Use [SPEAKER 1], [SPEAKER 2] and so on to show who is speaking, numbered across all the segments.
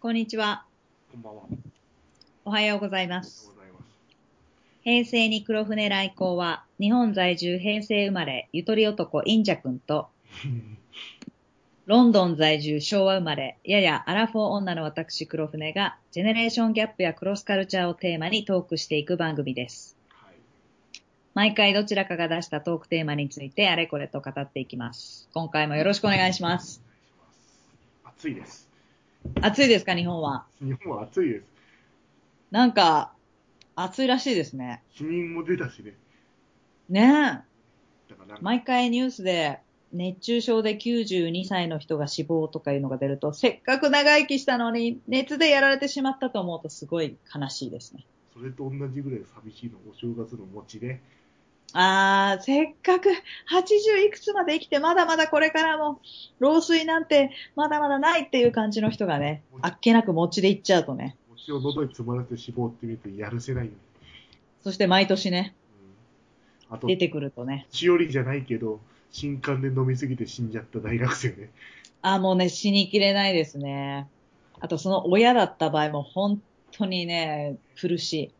[SPEAKER 1] こんにちは。
[SPEAKER 2] こんばんは。
[SPEAKER 1] おはようございま
[SPEAKER 2] ありがと
[SPEAKER 1] す
[SPEAKER 2] う。ございます。
[SPEAKER 1] 平成に黒船来航は、日本在住平成生まれ、ゆとり男、インジャ君 と、ロンドン在住昭和生まれ、ややアラフォー女の私黒船が、ジェネレーションギャップやクロスカルチャーをテーマにトークしていく番組です。
[SPEAKER 2] はい。
[SPEAKER 1] 毎回どちらかが出したトークテーマについてあれこれと語っていきます。今回もよろしくお願いします。
[SPEAKER 2] お願いします。暑いです。
[SPEAKER 1] 暑いですか、日本は。
[SPEAKER 2] 日本は暑いです。
[SPEAKER 1] なんか、暑いらしいですね。
[SPEAKER 2] 死人も出たしね。
[SPEAKER 1] ねえ。
[SPEAKER 2] だからなんか、
[SPEAKER 1] 毎回ニュースで熱中症で92歳の人が死亡とかいうのが出ると、せっかく長生きしたのに熱でやられてしまったと思うとすごい悲しいですね。
[SPEAKER 2] それと同じぐらい寂しいの、お正月の餅ね。
[SPEAKER 1] あー、せっかく80いくつまで生きてまだまだこれからも老衰なんてまだまだないっていう感じの人がね、あっけなく餅でいっちゃうとね。
[SPEAKER 2] 餅を喉に詰まらせて死亡って見るとやるせないよね。
[SPEAKER 1] そして毎年ね、
[SPEAKER 2] うん、あと
[SPEAKER 1] 出、てくるとね。
[SPEAKER 2] しおりじゃないけど、新刊で飲みすぎて死んじゃった大学生ね。
[SPEAKER 1] あーもうね、死にきれないですね。あとその親だった場合も本当にね、苦しい。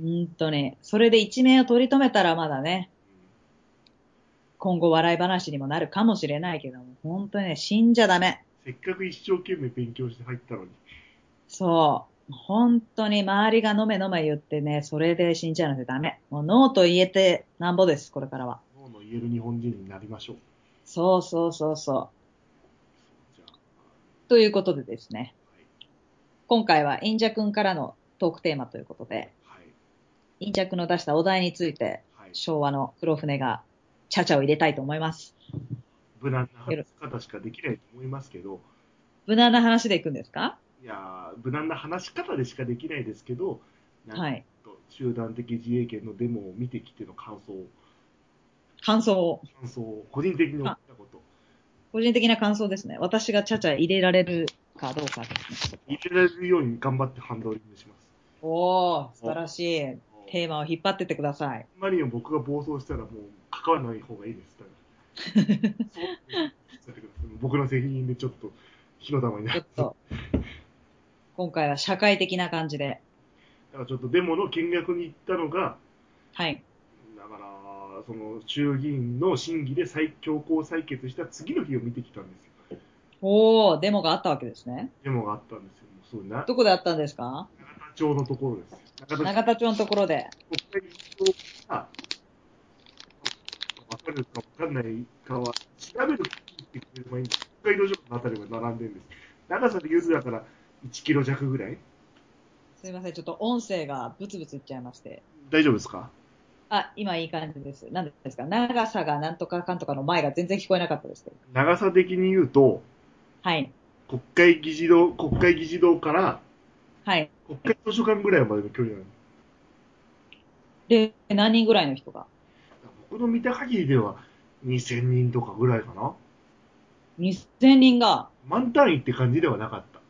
[SPEAKER 1] うんとね、それで一命を取り留めたらまだね、今後笑い話にもなるかもしれないけども、本当にね、死んじゃダメ。
[SPEAKER 2] せっかく一生懸命勉強して入ったのに。
[SPEAKER 1] そう。本当に周りが飲め飲め言ってね、それで死んじゃうなんてダメ。もうノーと言えてなんぼです、これからは。
[SPEAKER 2] 脳の言える日本人になりましょう。
[SPEAKER 1] そうそうそうそ
[SPEAKER 2] じゃあ、
[SPEAKER 1] う。ということでですね、
[SPEAKER 2] はい。
[SPEAKER 1] 今回はインジャ君からのトークテーマということで、
[SPEAKER 2] はい。
[SPEAKER 1] インジャ君の出したお題について、
[SPEAKER 2] はい、
[SPEAKER 1] 昭和の黒船がちゃちゃを入れたいと思います。
[SPEAKER 2] 無難な話し方しかできないと思いますけど、
[SPEAKER 1] 無難な話でいくんですか
[SPEAKER 2] いやー無難な話し方でしかできないですけど、なんか
[SPEAKER 1] はい。
[SPEAKER 2] 集団的自衛権のデモを見てきての感想を、
[SPEAKER 1] 感想を。
[SPEAKER 2] 感想を個人的に思ったこと、
[SPEAKER 1] 個人的な感想ですね。私がちゃちゃ入れられるかどうかですね。
[SPEAKER 2] 入れられるように頑張ってハンドリングします。
[SPEAKER 1] おー、素晴らしい。テーマを引っ張ってってください。
[SPEAKER 2] マリオン僕が暴走したらもう関わらない方がいいです。だからそうやってください僕の責任でちょっと火の玉にな
[SPEAKER 1] ちょっ
[SPEAKER 2] る。
[SPEAKER 1] と、今回は社会的な感じで。
[SPEAKER 2] だからちょっとデモの見学に行ったのが、
[SPEAKER 1] はい。
[SPEAKER 2] だから、その衆議院の審議で最強行採決した次の日を見てきたんですよ。
[SPEAKER 1] おー、デモがあったわけですね。
[SPEAKER 2] デモがあったんですよ。もうそうな
[SPEAKER 1] どこであったんですか
[SPEAKER 2] 中田町のところですよ。中田町
[SPEAKER 1] 長田町のところで。
[SPEAKER 2] 国会議事堂が、わかるかわかんないかは、調べるってくれればいいんです。北海道場のあたりが並んでるんです。長さでゆずだから1キロ弱ぐらい
[SPEAKER 1] すいません、ちょっと音声がブツブツいっちゃいまして。
[SPEAKER 2] 大丈夫ですか
[SPEAKER 1] あ、今いい感じです。何ですか長さがなんとかかんとかの前が全然聞こえなかったですけど。
[SPEAKER 2] 長さ的に言うと、
[SPEAKER 1] はい。
[SPEAKER 2] 国会議事堂、国会議事堂から
[SPEAKER 1] はい。
[SPEAKER 2] 国会図書館ぐらいまでの距離なの。
[SPEAKER 1] で、何人ぐらいの人が
[SPEAKER 2] 僕の見た限りでは2000人とかぐらいかな。
[SPEAKER 1] ?2000 人が、
[SPEAKER 2] 満単位って感じではなかった。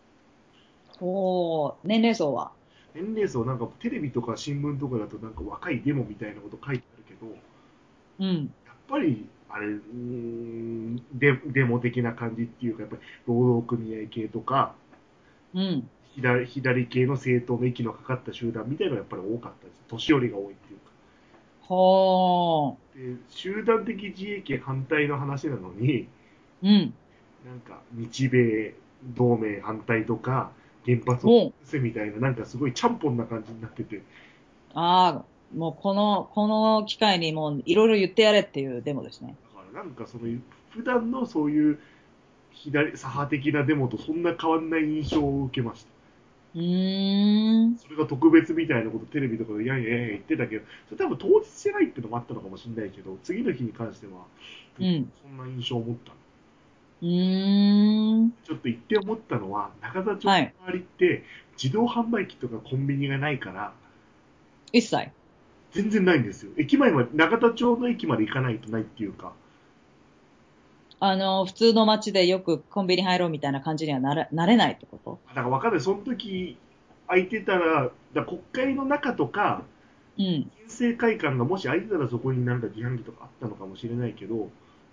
[SPEAKER 1] おー、年齢層は
[SPEAKER 2] 年齢層なんかテレビとか新聞とかだとなんか若いデモみたいなこと書いてあるけど、
[SPEAKER 1] うん。
[SPEAKER 2] やっぱり、あれ、うーんデデモ的な感じっていうか、やっぱり労働組合系とか、
[SPEAKER 1] うん。
[SPEAKER 2] 左左系の政党の息のかかった集団みたいなのがやっぱり多かったです。年寄りが多いっていうか。
[SPEAKER 1] ほ
[SPEAKER 2] で、集団的自衛権反対の話なのに、
[SPEAKER 1] ー。うん。
[SPEAKER 2] なんか、日米同盟反対とか、原発を
[SPEAKER 1] もう、
[SPEAKER 2] せみたいな、なんかすごいちゃんぽんな感じになってて、
[SPEAKER 1] ああ、もうこの、この機会にもういろいろ言ってやれっていうデモですね。
[SPEAKER 2] だからなんかその、普段のそういう左、左派的なデモとそんな変わんない印象を受けました。
[SPEAKER 1] うーん。
[SPEAKER 2] それが特別みたいなことテレビとかでやんやんやん言ってたけど、それ多分当日じゃないってのもあったのかもしれないけど、次の日に関しては、
[SPEAKER 1] うん
[SPEAKER 2] そんな印象を持ったの。
[SPEAKER 1] うーん。
[SPEAKER 2] ちょっと一点思ったのは、中田町の
[SPEAKER 1] は
[SPEAKER 2] 周
[SPEAKER 1] い
[SPEAKER 2] りって、自動販売機とかコンビニがないから、
[SPEAKER 1] 一切。
[SPEAKER 2] 全然ないんですよ。駅前まで、中田町の駅まで行かないとないっていうか、
[SPEAKER 1] あの、普通の街でよくコンビニ入ろうみたいな感じにはなれなれないってこと
[SPEAKER 2] だから分かんない、その時空いてたら、だから国会の中とか、
[SPEAKER 1] うん。
[SPEAKER 2] 県政会館がもし空いてたらそこになんか自販機とかあったのかもしれないけど、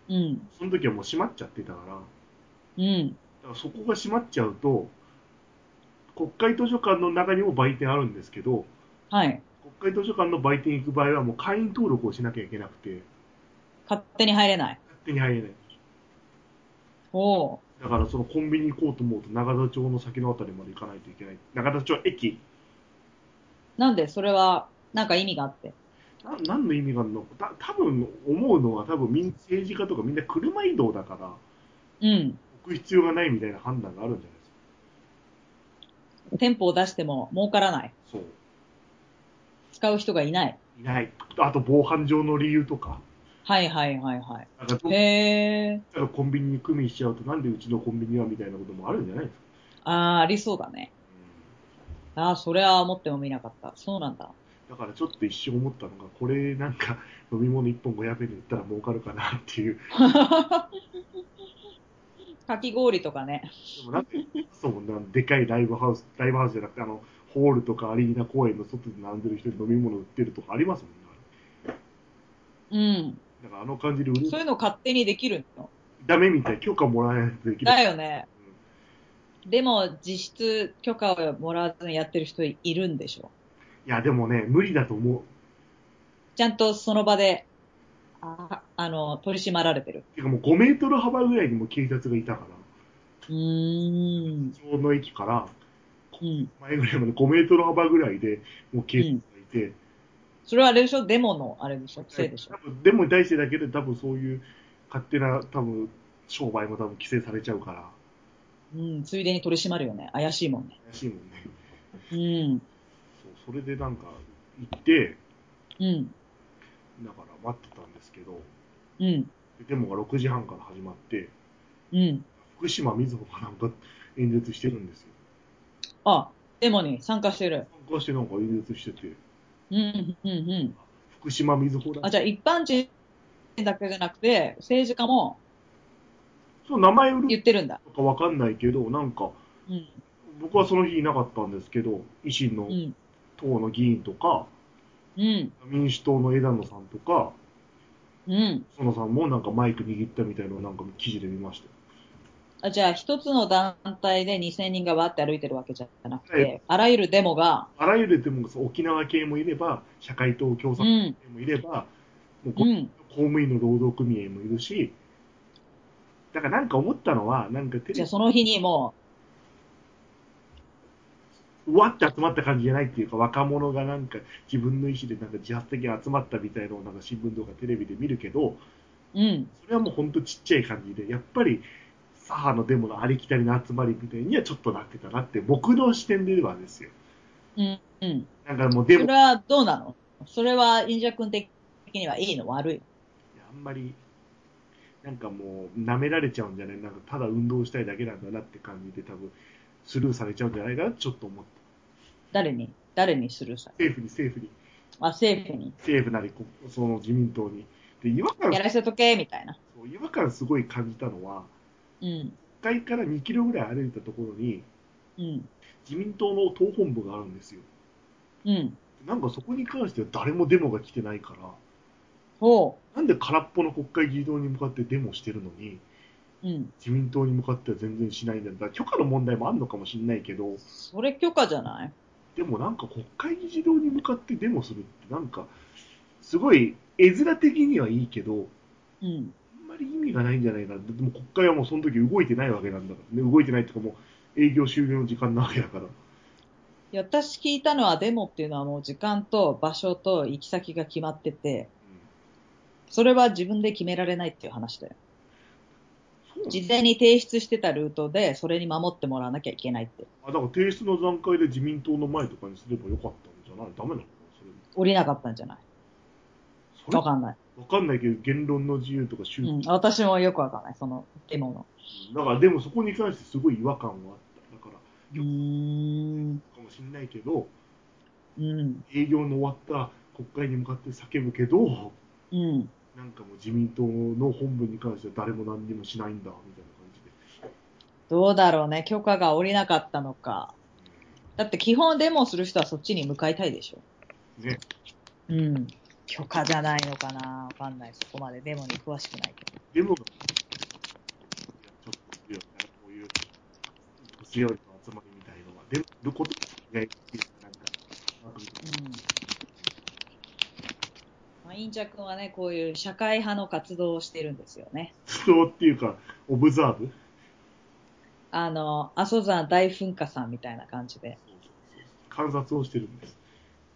[SPEAKER 1] うん。
[SPEAKER 2] その時はもう閉まっちゃってたから、
[SPEAKER 1] うん。
[SPEAKER 2] だからそこが閉まっちゃうと、国会図書館の中にも売店あるんですけど、
[SPEAKER 1] はい。
[SPEAKER 2] 国会図書館の売店行く場合はもう会員登録をしなきゃいけなくて、
[SPEAKER 1] 勝手に入れない。
[SPEAKER 2] 勝手に入れない。
[SPEAKER 1] おー
[SPEAKER 2] だからそのコンビニ行こうと思うと永田町の先のあたりまで行かないといけない。永田町駅。
[SPEAKER 1] なんで、それは、なんか意味があって。
[SPEAKER 2] な何の意味があるのた多分思うのは多分みん政治家とかみんな車移動だから、
[SPEAKER 1] うん。
[SPEAKER 2] 置く必要がないみたいな判断があるんじゃないですか。
[SPEAKER 1] 店舗を出しても儲からない。
[SPEAKER 2] そう。
[SPEAKER 1] 使う人がいない。
[SPEAKER 2] いない。あと防犯上の理由とか。
[SPEAKER 1] はいはいはいは
[SPEAKER 2] なんかど
[SPEAKER 1] い。
[SPEAKER 2] っ
[SPEAKER 1] へー。
[SPEAKER 2] かのコンビニに組みしちゃうとなんでうちのコンビニはみたいなこともあるんじゃないですか。
[SPEAKER 1] あー、ありそうだね。あー、それは思ってもみなかった。そうなんだ。
[SPEAKER 2] だからちょっと一瞬思ったのが、これなんか 飲み物1本500円で売ったら儲かるかなっていう。
[SPEAKER 1] かき氷とかね。
[SPEAKER 2] でもなんか、そうもんな、でかいライブハウス、ライブハウスじゃなくて、あの、ホールとかアリーナ公園の外で並んでる人に飲み物売ってるとかありますもん
[SPEAKER 1] う
[SPEAKER 2] ね。
[SPEAKER 1] ん。
[SPEAKER 2] だからあの感じで売る
[SPEAKER 1] そういうの勝手にできるの。
[SPEAKER 2] ダメみたい、許可もらえないとできる。
[SPEAKER 1] だよね。でも、実質許可をもらわずにやってる人いるんでしょ。
[SPEAKER 2] いや、でもね、無理だと思う。
[SPEAKER 1] ちゃんとその場で、ああの、取り締まられてる。
[SPEAKER 2] ていうかもう5メートル幅ぐらいにも警察がいたから、
[SPEAKER 1] うーん。
[SPEAKER 2] ちょうど駅から
[SPEAKER 1] うん。
[SPEAKER 2] 前ぐらいまで5メートル幅ぐらいで、もう警察がいて、
[SPEAKER 1] それはあれでしょデモのあれでしょせいでしょ
[SPEAKER 2] 多分デモに対してだけで多分そういう勝手な多分商売も多分規制されちゃうから、
[SPEAKER 1] うん。ついでに取り締まるよね。怪しいもんね。
[SPEAKER 2] 怪しいもん
[SPEAKER 1] う
[SPEAKER 2] ね。
[SPEAKER 1] ん。
[SPEAKER 2] そう、それでなんか行って、
[SPEAKER 1] うん。
[SPEAKER 2] だから待ってたんですけど、
[SPEAKER 1] うん。
[SPEAKER 2] でデモが6時半から始まって、
[SPEAKER 1] うん。
[SPEAKER 2] 福島みずほがなんか演説してるんですよ。
[SPEAKER 1] あ、デモに参加してる。
[SPEAKER 2] 参加してなんか演説してて、
[SPEAKER 1] うん。うん。うん。
[SPEAKER 2] 福島みずほだ
[SPEAKER 1] あ、。じゃあ一般人だけじゃなくて、政治家も
[SPEAKER 2] その名前売
[SPEAKER 1] 言
[SPEAKER 2] る
[SPEAKER 1] ってるんだ。
[SPEAKER 2] のかわかんないけど、なんか、
[SPEAKER 1] うん。
[SPEAKER 2] 僕はその日いなかったんですけど、維新の
[SPEAKER 1] うん。
[SPEAKER 2] 党の議員とか、
[SPEAKER 1] うん。
[SPEAKER 2] 民主党の枝野さんとか、
[SPEAKER 1] うん。
[SPEAKER 2] 園さんもなんかマイク握ったみたいなのをなんか記事で見まし
[SPEAKER 1] あじゃあ一つの団体で2000人がわーって歩いてるわけじゃなく
[SPEAKER 2] は
[SPEAKER 1] て、あらゆるデモが、
[SPEAKER 2] た。あらゆるでもそう沖縄系もいれば、社会党共
[SPEAKER 1] う
[SPEAKER 2] 産
[SPEAKER 1] ん。
[SPEAKER 2] 党系もいれば、もう
[SPEAKER 1] う
[SPEAKER 2] こ
[SPEAKER 1] ん。
[SPEAKER 2] 公務員の労働組合もいるし、だからなんか思ったのは、なんかテ
[SPEAKER 1] じゃ
[SPEAKER 2] レ
[SPEAKER 1] あ
[SPEAKER 2] ビ、
[SPEAKER 1] その日にも
[SPEAKER 2] うわって集まった感じじゃないっていうか、若者がなんか自分の意思でなんか自発的に集まったみたいのをなんか新聞とかテレビで見るけど、
[SPEAKER 1] う、うん。
[SPEAKER 2] それはもうほんとちっちゃい感じで、やっぱり、左派のデモのありきたりの集まりみたいにはちょっとなってたなって、僕の視点ではですよ。
[SPEAKER 1] うん。うん。
[SPEAKER 2] なんかもうデモ
[SPEAKER 1] それはどうなのそれは、インジャ君的にはいいの悪い
[SPEAKER 2] いやあんまり、なんかもう、舐められちゃうんじゃないなんか、ただ運動したいだけなんだなって感じで、多分スルーされちゃうんじゃないかなってちょっと思って。
[SPEAKER 1] 誰に誰にするさ
[SPEAKER 2] 政府に、政府に、
[SPEAKER 1] あ、政府に。
[SPEAKER 2] 政府なり、こその自民党に。で、違和感
[SPEAKER 1] や、らせとけ、みたいな。
[SPEAKER 2] そう違和感すごい感じたのは、
[SPEAKER 1] うん。
[SPEAKER 2] 1階から2キロぐらい歩いたところに、
[SPEAKER 1] うん。
[SPEAKER 2] 自民党の党本部があるんですよ。
[SPEAKER 1] うん。
[SPEAKER 2] なんかそこに関しては誰もデモが来てないから、
[SPEAKER 1] ほ
[SPEAKER 2] なんで空っぽの国会議事堂に向かってデモしてるのに、
[SPEAKER 1] う。うん。
[SPEAKER 2] 自民党に向かっては全然しないんだ。だから許可の問題もあるのかもしれないけど、
[SPEAKER 1] それ許可じゃない
[SPEAKER 2] でもなんか国会議事堂に向かってデモするってなんか、すごい絵面的にはいいけど、
[SPEAKER 1] うん。
[SPEAKER 2] あんまり意味がないんじゃないかな。でも国会はもうその時動いてないわけなんだから、ね、動いてないっていうかもう営業終了の時間なわけだから。
[SPEAKER 1] いや私聞いたのはデモっていうのはもう時間と場所と行き先が決まってて、それは自分で決められないっていう話だよ。
[SPEAKER 2] そう
[SPEAKER 1] 事前に提出してたルートで、それに守ってもらわなきゃいけないって。
[SPEAKER 2] あだから提出の段階で自民党の前とかにすればよかったんじゃないダメなのかな
[SPEAKER 1] 降りなかったんじゃない
[SPEAKER 2] それ。それ
[SPEAKER 1] わかんない。
[SPEAKER 2] わかんないけど、言論の自由とか宗
[SPEAKER 1] う
[SPEAKER 2] 教、
[SPEAKER 1] ん。私もよくわかんない。そのデモの。
[SPEAKER 2] だからでもそこに関してすごい違和感はあった。だから、
[SPEAKER 1] うーん。
[SPEAKER 2] かもしれないけど、
[SPEAKER 1] うん。
[SPEAKER 2] 営業の終わった国会に向かって叫ぶけど、
[SPEAKER 1] うん。
[SPEAKER 2] なんかもう自民党の本部に関しては誰も何にもしないんだ、みたいな感じで。
[SPEAKER 1] どうだろうね。許可が下りなかったのか。だって基本デモする人はそっちに向かいたいでしょ。
[SPEAKER 2] ね。
[SPEAKER 1] うん。許可じゃないのかなわかんない。そこまでデモに詳しくないけど。
[SPEAKER 2] でも、いやちょっと強いね、こういう強い集まりみたいのはね。でも、ることができるなんか、
[SPEAKER 1] うんまあ、インチャ君はね、こういう社会派の活動をしてるんですよね。
[SPEAKER 2] そうっていうか、オブザーブ
[SPEAKER 1] あの、阿蘇山大噴火さんみたいな感じで、
[SPEAKER 2] 観察をしてるんです。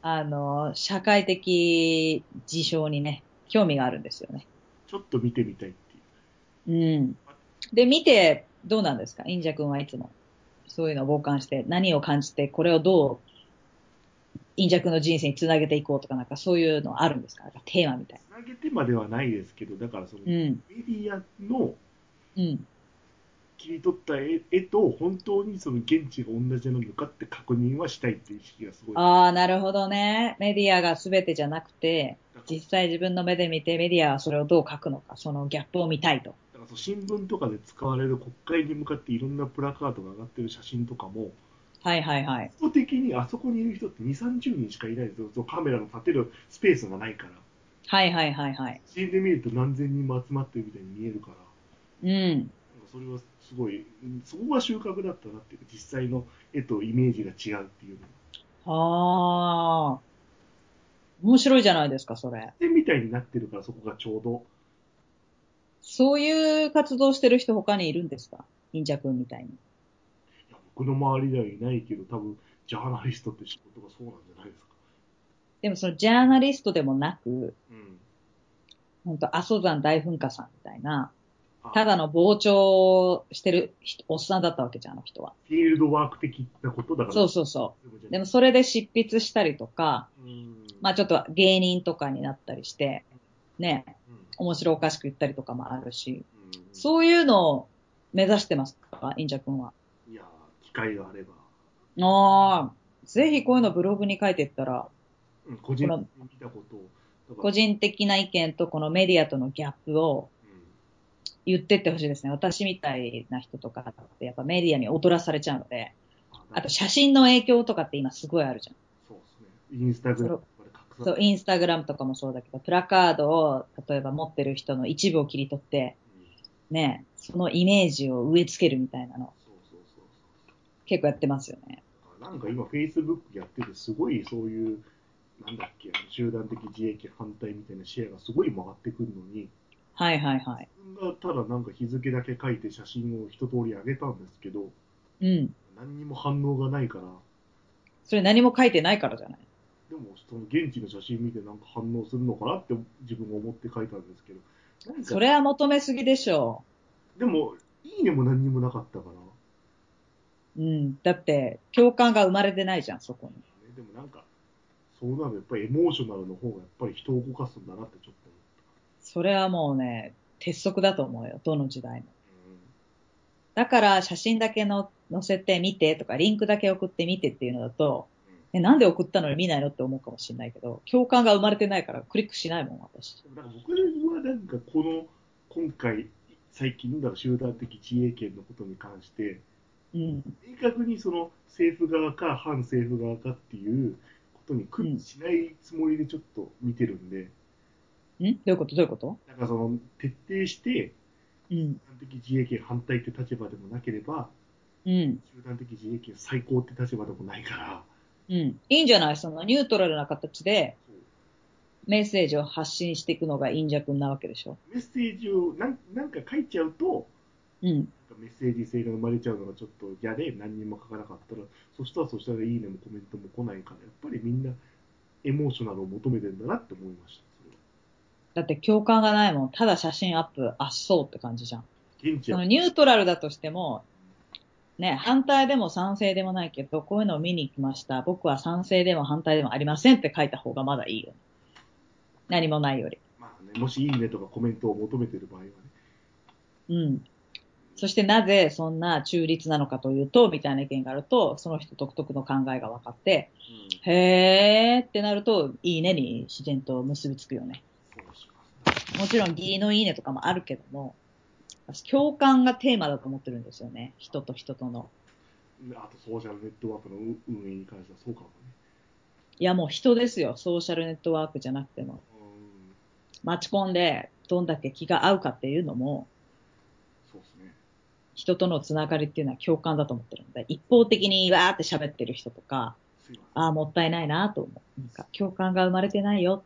[SPEAKER 1] あの、社会的事象にね、興味があるんですよね。
[SPEAKER 2] ちょっと見てみたいっていう。
[SPEAKER 1] うん。で、見て、どうなんですかインジャ君はいつも。そういうのを傍観して、何を感じて、これをどう、インジャ君の人生につなげていこうとか、なんかそういうのあるんですかなんかテーマみたい
[SPEAKER 2] つなげてまではないですけど、だからその、
[SPEAKER 1] な。う
[SPEAKER 2] メ
[SPEAKER 1] ん。
[SPEAKER 2] ディアの
[SPEAKER 1] うん。
[SPEAKER 2] 切り取った絵絵と、本当にその現地が同じなのかって確認はしたいっていう意識がすごい。
[SPEAKER 1] ああ、なるほどね。メディアが全てじゃなくて、
[SPEAKER 2] だから
[SPEAKER 1] 実際自分の目で見てメディアはそれをどう書くのか、そのギャップを見たいと。
[SPEAKER 2] だからそう新聞とかで使われる国会に向かっていろんなプラカードが上がってる写真とかも、
[SPEAKER 1] はいはいはい。
[SPEAKER 2] 基本的にあそこにいる人って2、30人しかいないですよ。そうカメラの立てるスペースもないから。
[SPEAKER 1] はいはいはいはい。
[SPEAKER 2] 写真で見ると何千人も集まってるみたいに見えるから、
[SPEAKER 1] うん。
[SPEAKER 2] なんかそれはすごい、うんそこが収穫だったなっていうか、実際の絵とイメージが違うっていうの。
[SPEAKER 1] ああ。面白いじゃないですか、それ。
[SPEAKER 2] 絵みたいになってるから、そこがちょうど。
[SPEAKER 1] そういう活動してる人他にいるんですか忍者くんみたいに。
[SPEAKER 2] いや僕の周りではいないけど、多分、ジャーナリストって仕事がそうなんじゃないですか。
[SPEAKER 1] でもそのジャーナリストでもなく、
[SPEAKER 2] うん。
[SPEAKER 1] 本当阿蘇山大噴火さんみたいな、
[SPEAKER 2] あ
[SPEAKER 1] ただの傍聴してる人おっさんだったわけじゃん、あの人は。
[SPEAKER 2] フィールドワーク的なことだから。
[SPEAKER 1] そうそうそうう。でも、それで執筆したりとか、
[SPEAKER 2] うん。
[SPEAKER 1] まあちょっと芸人とかになったりして、ね、
[SPEAKER 2] うん、うん
[SPEAKER 1] 面白おかしく言ったりとかもあるし、
[SPEAKER 2] うん
[SPEAKER 1] そういうのを目指してますか、インジャ君は。
[SPEAKER 2] いやー、機会があれば、
[SPEAKER 1] ああ、ぜひこういうのブログに書いていったら、
[SPEAKER 2] うん、個人
[SPEAKER 1] こ
[SPEAKER 2] 的
[SPEAKER 1] の
[SPEAKER 2] に見たことを、だから
[SPEAKER 1] 個人的な意見とこのメディアとのギャップを言ってってほしいですね。私みたいな人とかってやっぱメディアに踊らされちゃうので、
[SPEAKER 2] うん、
[SPEAKER 1] あと写真の影響とかって今すごいあるじゃ
[SPEAKER 2] そうですね。インスタグラムとかで拡
[SPEAKER 1] ん。
[SPEAKER 2] 散
[SPEAKER 1] そう、インスタグラムとかもそうだけど、プラカードを例えば持ってる人の一部を切り取って、
[SPEAKER 2] うん
[SPEAKER 1] ね、そのイメージを植え付けるみたいなの
[SPEAKER 2] そうそうそうそ
[SPEAKER 1] 結構やってますよね。
[SPEAKER 2] う。なんか今、Facebook やってて、すごいそういう、なんだっけ、集団的自衛権反対みたいな視野がすごい回ってくるのに、
[SPEAKER 1] はいはいはい。
[SPEAKER 2] 自分がただなんか日付だけ書いて写真を一通り上げたんですけど、
[SPEAKER 1] うん。
[SPEAKER 2] 何にも反応がないから、
[SPEAKER 1] それ何も書いてないからじゃない
[SPEAKER 2] でも、その現地の写真見てなんか反応するのかなって自分が思って書いたんですけど、なん
[SPEAKER 1] そ
[SPEAKER 2] か、
[SPEAKER 1] れは求めすぎでしょ
[SPEAKER 2] でも、いいねも何にもなかったから、
[SPEAKER 1] う。うん。だって、共感が生まれてないじゃん、そこに。
[SPEAKER 2] ね、でもなんか、そうなるやっぱりエモーショナルの方がやっぱり人を動かすんだなってちょっと思った。
[SPEAKER 1] それはもうね、鉄則だと思うよ、どの時代も。だから、写真だけの載せてみてとか、リンクだけ送ってみてっていうのだと、え、なんで送ったのに見ないのって思うかもしれないけど、共感が生まれてないからクリックしないもん、私。
[SPEAKER 2] でもなんか僕はなんかこの、今回、最近だから集団的自衛権のことに関して、
[SPEAKER 1] うん。
[SPEAKER 2] 明確にその政府側か反政府側かっていうことに苦
[SPEAKER 1] う
[SPEAKER 2] に
[SPEAKER 1] ん
[SPEAKER 2] しないつもりでちょっと見てるんで、
[SPEAKER 1] んどういうことどういうこと
[SPEAKER 2] なんかその徹底して、
[SPEAKER 1] うん。
[SPEAKER 2] 集団的自衛権反対って立場でもなければ、
[SPEAKER 1] うん。
[SPEAKER 2] 集団的自衛権最高って立場でもないから、
[SPEAKER 1] うん。いいんじゃないそのニュートラルな形で
[SPEAKER 2] そう
[SPEAKER 1] メッセージを発信していくのが陰弱なわけでしょ。
[SPEAKER 2] メッセージをなんなんか書いちゃうと、
[SPEAKER 1] うん。
[SPEAKER 2] なんかメッセージ性が生まれちゃうのがちょっと嫌で、何にも書かなかったら、そしたらそしたらいいねもコメントも来ないから、やっぱりみんなエモーショナルを求めてんだなって思いました、そ
[SPEAKER 1] だって共感がないもん。ただ写真アップ、あっそうって感じじゃん。
[SPEAKER 2] れは。現地
[SPEAKER 1] そ
[SPEAKER 2] は
[SPEAKER 1] のニュートラルだとしても、ね、反対でも賛成でもないけど、こういうのを見に行きました。僕は賛成でも反対でもありませんって書いた方がまだいいよ。何もないより。
[SPEAKER 2] まあね、もしいいねとかコメントを求めてる場合はね。
[SPEAKER 1] うん。そしてなぜそんな中立なのかというと、みたいな意見があると、その人独特の考えが分かって、へーってなると、いいねに自然と結びつくよね。
[SPEAKER 2] そうします。
[SPEAKER 1] もちろん義理のいいねとかもあるけども、私共感がテーマだと思ってるんですよね。人と人との。
[SPEAKER 2] あとソーシャルネットワークの運運営に関してはそうかもね。
[SPEAKER 1] いやもう人ですよ。ソーシャルネットワークじゃなくても。
[SPEAKER 2] うん、
[SPEAKER 1] 待ち込んで、どんだけ気が合うかっていうのも、
[SPEAKER 2] そうですね。
[SPEAKER 1] 人とのつながりっていうのは共感だと思ってるので、一方的にわーって喋ってる人とか、
[SPEAKER 2] すいません。
[SPEAKER 1] ああ、もったいないなと思う。なんか、共感が生まれてないよ。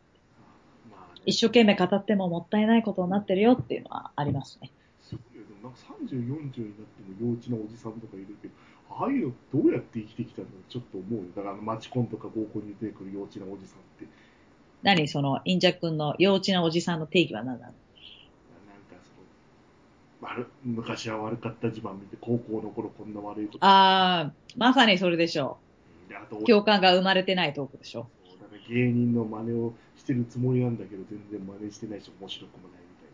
[SPEAKER 2] まあね、
[SPEAKER 1] 一生懸命語ってももったいないことになってるよっていうのはありますね。
[SPEAKER 2] すごいよ。でもなんか30、40になっても幼稚なおじさんとかいるけど、ああいうのどうやって生きてきたのかちょっと思うよ。だからあのマチコンとか合コンに出てくる幼稚なおじさんって、
[SPEAKER 1] 何その、インジャ君の幼稚なおじさんの定義は何なの
[SPEAKER 2] なんかその、悪昔は悪かった自慢見て、高校の頃こんな悪いこと。
[SPEAKER 1] ああ、まさにそれでしょ
[SPEAKER 2] であと
[SPEAKER 1] う。
[SPEAKER 2] 俺
[SPEAKER 1] 共感が生まれてないトークでしょ。
[SPEAKER 2] そうなんか芸人の真似をしてるつもりなんだけど、全然真似してないし、面白くもないみたいな。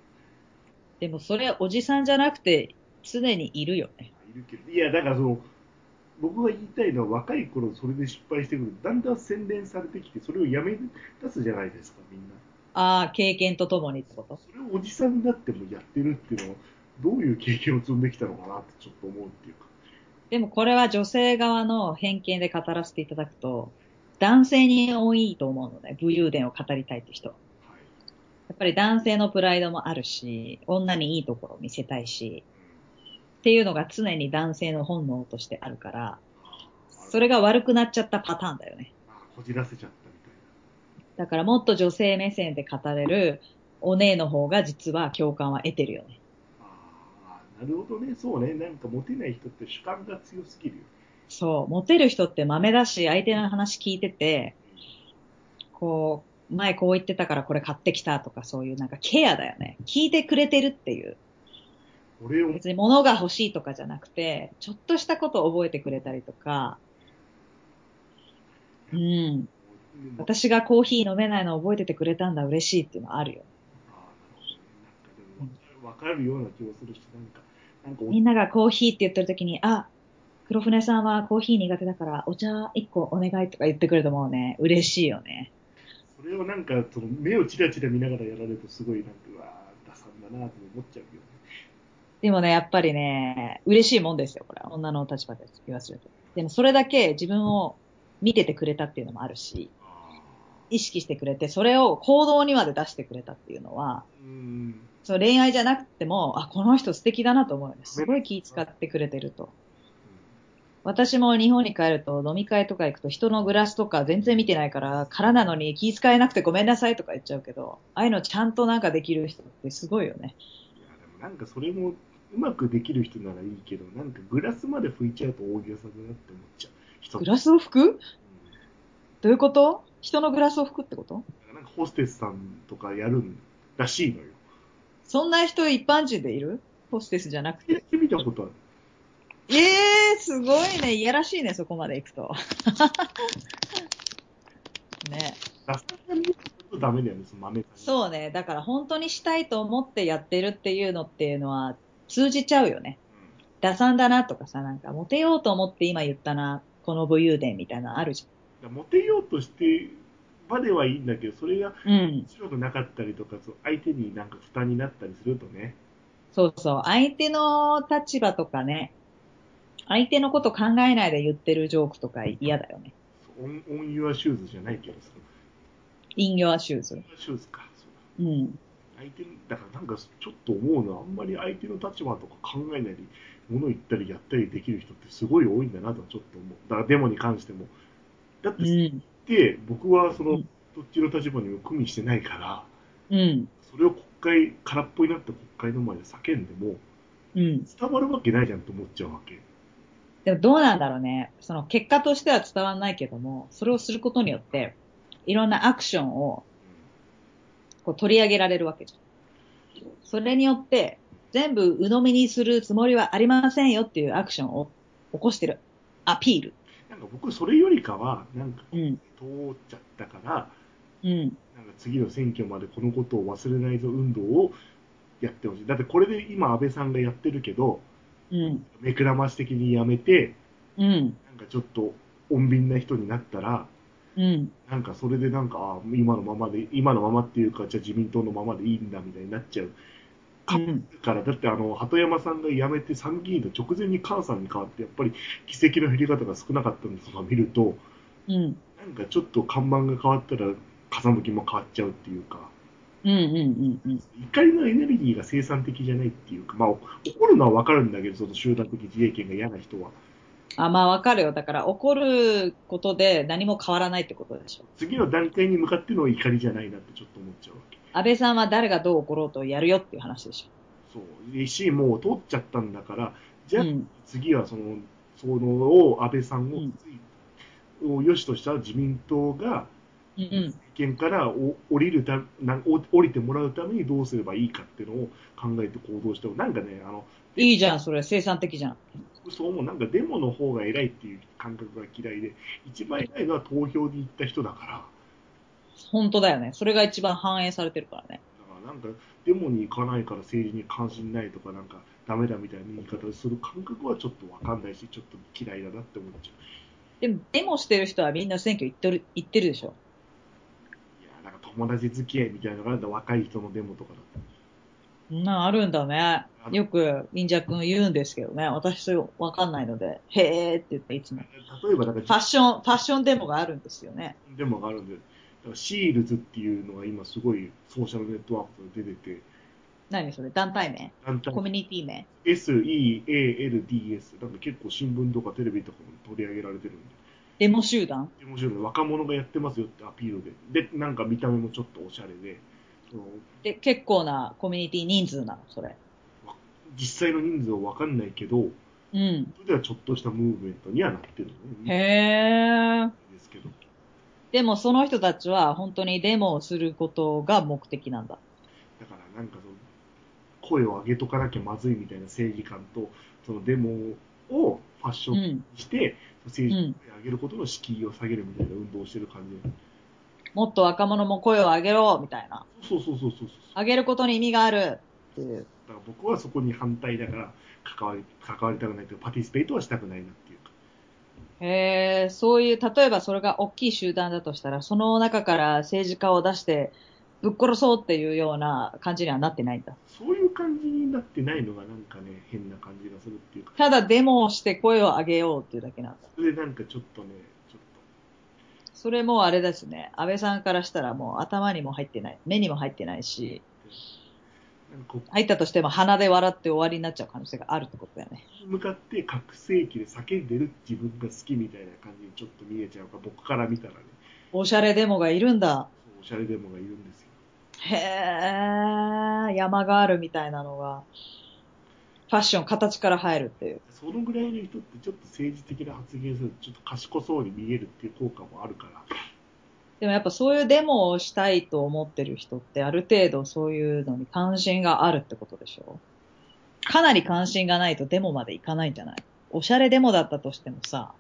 [SPEAKER 1] でもそれ、おじさんじゃなくて、常にいるよね。
[SPEAKER 2] いるけど、いや、だからその、僕が言いたいのは、若い頃それで失敗してくる、だんだん洗練されてきて、それをやめ出すじゃないですか、みんな。
[SPEAKER 1] ああ、経験とともにってこと
[SPEAKER 2] それをおじさんになってもやってるっていうのは、どういう経験を積んできたのかなってちょっと思うっていうか。
[SPEAKER 1] でもこれは女性側の偏見で語らせていただくと、男性に多いと思うので、武勇伝を語りたいって人。
[SPEAKER 2] はい。
[SPEAKER 1] やっぱり男性のプライドもあるし、女にいいところを見せたいし、っていうのが常に男性の本能としてあるから、そ
[SPEAKER 2] れ
[SPEAKER 1] れが悪くなっちゃったパターンだよね。
[SPEAKER 2] あこじらせちゃったみたい
[SPEAKER 1] だからもっと女性目線で語れるお姉の方が実は共感は得てるよね。
[SPEAKER 2] な。ああ、なるほどね。そうね。なんかモテない人って主観が強すぎるよ。
[SPEAKER 1] そう、モテる人って豆だし、相手の話聞いてて、こう、前こう言ってたからこれ買ってきたとかそういうなんかケアだよね。聞いてくれてるっていう。
[SPEAKER 2] 俺を、
[SPEAKER 1] 別に物が欲しいとかじゃなくて、ちょっとしたことを覚えてくれたりとか、うん。私がコーヒー飲めないのを覚えててくれたんだ嬉しいっていうのはあるよ。
[SPEAKER 2] ああ、なるほどね。なんかでも、わかるような気もするし、なんか、なんかお
[SPEAKER 1] みんながコーヒーって言ってる時に、あ、黒船さんはコーヒー苦手だからお茶一個お願いとか言ってくれると思うね。嬉しいよね。
[SPEAKER 2] それをなんかその目をチラチラ見ながらやられるとすごいなんかうわー打算だなと思っちゃうけどね
[SPEAKER 1] でもね、やっぱりね、嬉しいもんですよ、これは。女の立場で言わせると。でもそれだけ自分を見ててくれたっていうのもあるし、意識してくれて、それを行動にまで出してくれたっていうのは、
[SPEAKER 2] うん
[SPEAKER 1] そう恋愛じゃなくても、あ、この人素敵だなと思うよね。すごい気使ってくれてると。私も日本に帰ると飲み会とか行くと人のグラスとか全然見てないから、空なのに気使えなくてごめんなさいとか言っちゃうけど、ああいうのちゃんとなんかできる人ってすごいよね。
[SPEAKER 2] いやでもなんかそれもうまくできる人ならいいけどなんかグラスまで拭いちゃうと大げさだなって思っちゃう人
[SPEAKER 1] グラスを拭く
[SPEAKER 2] うん
[SPEAKER 1] どういうこと人のグラスを拭くってこと
[SPEAKER 2] なんかホステスさんとかやるんらしいのよ
[SPEAKER 1] そんな人一般人でいるホステスじゃなく。
[SPEAKER 2] やって てみたことある
[SPEAKER 1] ええー、すごいね。いやらしいね、そこまで行くと。 ね。
[SPEAKER 2] ラスが見えるとダメだよねその豆さんに
[SPEAKER 1] そうね。だから本当にしたいと思ってやってるっていうのっていうのは通じちゃうよね。打算だなとかさ、なんかモテようと思って今言ったな、この武勇伝みたいなのあるじ
[SPEAKER 2] うんモテようとしてまではいいんだけどそれが
[SPEAKER 1] ゃん。うん。
[SPEAKER 2] 白くなかったりとかそう相手になんか負担になったりするとね
[SPEAKER 1] そうそう。相手の立場とかね、相手のこと考えないで言ってるジョークとか嫌だよね。
[SPEAKER 2] オンオンユアシューズじゃないけどさ、
[SPEAKER 1] インギョアシューズ。
[SPEAKER 2] シューズか、そう
[SPEAKER 1] うん。
[SPEAKER 2] 相手にだからなんかちょっと思うのは、あんまり相手の立場とか考えないで、物言ったりやったりできる人ってすごい多いんだなとはちょっと思う、だからデモに関しても。だっ
[SPEAKER 1] う
[SPEAKER 2] て、
[SPEAKER 1] ん。
[SPEAKER 2] で僕はその、
[SPEAKER 1] うん
[SPEAKER 2] どっちの立場にも組みしてないから、
[SPEAKER 1] うん。
[SPEAKER 2] それを国会、空っぽになった国会の前で叫んでも、
[SPEAKER 1] うん。
[SPEAKER 2] 伝わるわけないじゃんと思っちゃうわけ。
[SPEAKER 1] でもどうなんだろうね。その結果としては伝わらないけども、それをすることによって、いろんなアクションをこう取り上げられるわけじゃん。それによって、全部鵜呑みにするつもりはありませんよっていうアクションを起こしてる。アピール。
[SPEAKER 2] なんか僕、それよりかは、なんか
[SPEAKER 1] うん。
[SPEAKER 2] 通っちゃったから、
[SPEAKER 1] うん。
[SPEAKER 2] なんか次の選挙までこのことを忘れないぞ運動をやってほしい。だってこれで今安倍さんがやってるけど、
[SPEAKER 1] うん。
[SPEAKER 2] 目くらまし的にやめて、
[SPEAKER 1] うん。
[SPEAKER 2] なんかちょっと穏便な人になったら、
[SPEAKER 1] うん。
[SPEAKER 2] なんかそれでなんか、あー今のままで、今のままっていうか、じゃあ自民党のままでいいんだみたいになっちゃう。
[SPEAKER 1] うん。
[SPEAKER 2] から、だってあの、鳩山さんが辞めて参議院の直前に菅さんに代わって、やっぱり議席の減り方が少なかったのとか見ると、
[SPEAKER 1] うん。
[SPEAKER 2] なんかちょっと看板が変わったら風向きも変わっちゃうっていうか、
[SPEAKER 1] うんうんうんうん。
[SPEAKER 2] 怒りのエネルギーが生産的じゃないっていうか、まあ、怒るのはわかるんだけど、その集団的自衛権が嫌な人は。
[SPEAKER 1] あ、まあわかるよ。だから怒ることで何も変わらないってことでしょ。
[SPEAKER 2] 次の段階に向かっての怒りじゃないなってちょっと思っちゃうわけ。
[SPEAKER 1] 安倍さんは誰がどう怒ろうとやるよっていう話でし
[SPEAKER 2] そう。いいし、もう通っちゃったんだから、じ
[SPEAKER 1] ょ。
[SPEAKER 2] ゃ
[SPEAKER 1] う
[SPEAKER 2] あ
[SPEAKER 1] ん。
[SPEAKER 2] 次はその、そのを安倍さんを、
[SPEAKER 1] うん
[SPEAKER 2] を良しとした自民党が、
[SPEAKER 1] うん。
[SPEAKER 2] 政権からお降りるたなんお降りてもらうためにどうすればいいかっていうのを考えて行動して、なんかね、あの
[SPEAKER 1] いいじゃん、それ。生産的じゃん。
[SPEAKER 2] そう思う、なんかデモの方が偉いっていう感覚が嫌いで、一番偉いのは投票に行った人だから、
[SPEAKER 1] 本当だよね。それが一番反映されてるからね。
[SPEAKER 2] だからなんかデモに行かないから政治に関心ないとか、なんかダメだみたいな言い方をする感覚はちょっとわかんないし、ちょっと嫌いだなって思っちゃう。
[SPEAKER 1] でも、デモしてる人はみんな選挙行ってる、行ってるでしょ。
[SPEAKER 2] いやなんか友達付き合いみたいなのがあるんだ若い人のデモとかだったら
[SPEAKER 1] そんなんあるんだね。よく、忍者くん言うんですけどね。私、それわかんないので、へーって言っていつも。
[SPEAKER 2] 例えばなんか
[SPEAKER 1] ファッション、ファッションデモがあるんですよね。
[SPEAKER 2] でもあるんで、だからシールズっていうのが今すごいソーシャルネットワークで出てて、
[SPEAKER 1] 何それ団体名
[SPEAKER 2] 団体
[SPEAKER 1] コミュニティ名
[SPEAKER 2] SEALDS、なんか結構新聞とかテレビとかも取り上げられてるんで、
[SPEAKER 1] デモ集団
[SPEAKER 2] で面白いね若者がやってますよってアピールで、で、なんか見た目もちょっとおしゃれで、その
[SPEAKER 1] で、結構なコミュニティ人数なの、それ。
[SPEAKER 2] 実際の人数はわかんないけど、
[SPEAKER 1] うん。
[SPEAKER 2] それではちょっとしたムーブメントにはなってるのね。
[SPEAKER 1] へー。
[SPEAKER 2] ですけど、
[SPEAKER 1] でもその人たちは本当にデモをすることが目的なんだ。
[SPEAKER 2] だからなんかその、声を上げとかなきゃまずいみたいな正義感と、そのデモをファッショ
[SPEAKER 1] う
[SPEAKER 2] ン
[SPEAKER 1] ん。
[SPEAKER 2] して、政治
[SPEAKER 1] うん
[SPEAKER 2] を上げることの敷居を下げるみたいな運動をしてる感じ。
[SPEAKER 1] もっと若者も声を上げろ、みたいな。
[SPEAKER 2] そうそうそうそうそう。だ
[SPEAKER 1] 上げることに意味がある。っていう。
[SPEAKER 2] から僕はそこに反対だから関わり、関わりたくないというか、パティスペイトはしたくないなっていうか。
[SPEAKER 1] へえ、そういう、例えばそれが大きい集団だとしたら、その中から政治家を出して、ぶっ殺そうっていうような感じにはなってないんだ。
[SPEAKER 2] そういう感じになってないのがなんかね、変な感じがするっていうか。
[SPEAKER 1] ただデモをして声を上げようっていうだけなんだ。
[SPEAKER 2] それでなんかちょっとね、ちょっ
[SPEAKER 1] それもあれですね。安倍さんからしたらもう頭にも入ってない。目にも入ってないし、
[SPEAKER 2] と、なんかここ
[SPEAKER 1] 入ったとしても鼻で笑って終わりになっちゃう可能性があるってことだよね。
[SPEAKER 2] に向かって覚醒器で叫んでる自分が好きみたいな感じにちょっと見えちゃうから、僕から見たらね、
[SPEAKER 1] おしゃれデモがいるんだ。
[SPEAKER 2] そうおしゃれデモがいるんですよ。
[SPEAKER 1] へえ、山があるみたいなのが、ファッション形から入るっていう。
[SPEAKER 2] そのぐらいの人ってちょっと政治的な発言するとちょっと賢そうに見えるっていう効果もあるから、
[SPEAKER 1] でもやっぱそういうデモをしたいと思ってる人ってある程度そういうのに関心があるってことでしょかなり関心がないとデモまで行かないんじゃないおしゃれデモだったとしてもさ、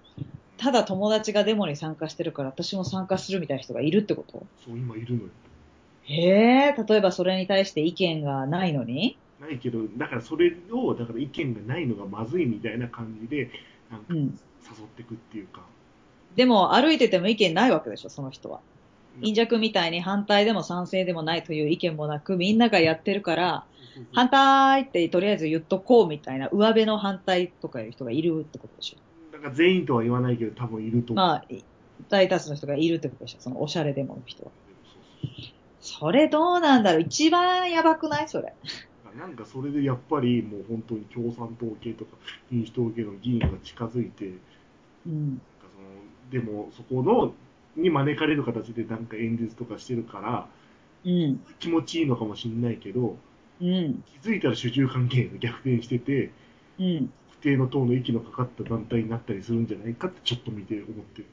[SPEAKER 1] ただ友達がデモに参加してるから私も参加するみたいな人がいるってこと
[SPEAKER 2] そう今いるのよ。
[SPEAKER 1] へえ、例えばそれに対して意見がないのに
[SPEAKER 2] ないけど、だからそれを、だから意見がないのがまずいみたいな感じで、なんか
[SPEAKER 1] うん。
[SPEAKER 2] 誘っていくっていうか、
[SPEAKER 1] でも歩いてても意見ないわけでしょ、その人は。陰弱みたいに反対でも賛成でもないという意見もなく、みんながやってるから、
[SPEAKER 2] そうそう
[SPEAKER 1] 反対ってとりあえず言っとこうみたいな、上辺の反対とかいう人がいるってことでし
[SPEAKER 2] そうだから全員とは言わないけど、多分いると
[SPEAKER 1] ょ。
[SPEAKER 2] 思う。
[SPEAKER 1] まあ、い大多数の人がいるってことでしょ。そのおしゃれデモの人は。
[SPEAKER 2] そうそうそう
[SPEAKER 1] それどうなんだろう一番やばくないそれ。
[SPEAKER 2] だからなんかそれでやっぱりもう本当に共産党系とか民主党系の議員が近づいて、なんか
[SPEAKER 1] うん。
[SPEAKER 2] そのでもそこのに招かれる形でなんか演説とかしてるから、
[SPEAKER 1] うん。
[SPEAKER 2] 気持ちいいのかもしれないけど、
[SPEAKER 1] うん。
[SPEAKER 2] 気づいたら主従関係が逆転してて、
[SPEAKER 1] うん。
[SPEAKER 2] 不定の党の息のかかった団体になったりするんじゃないかってちょっと見て思ってる。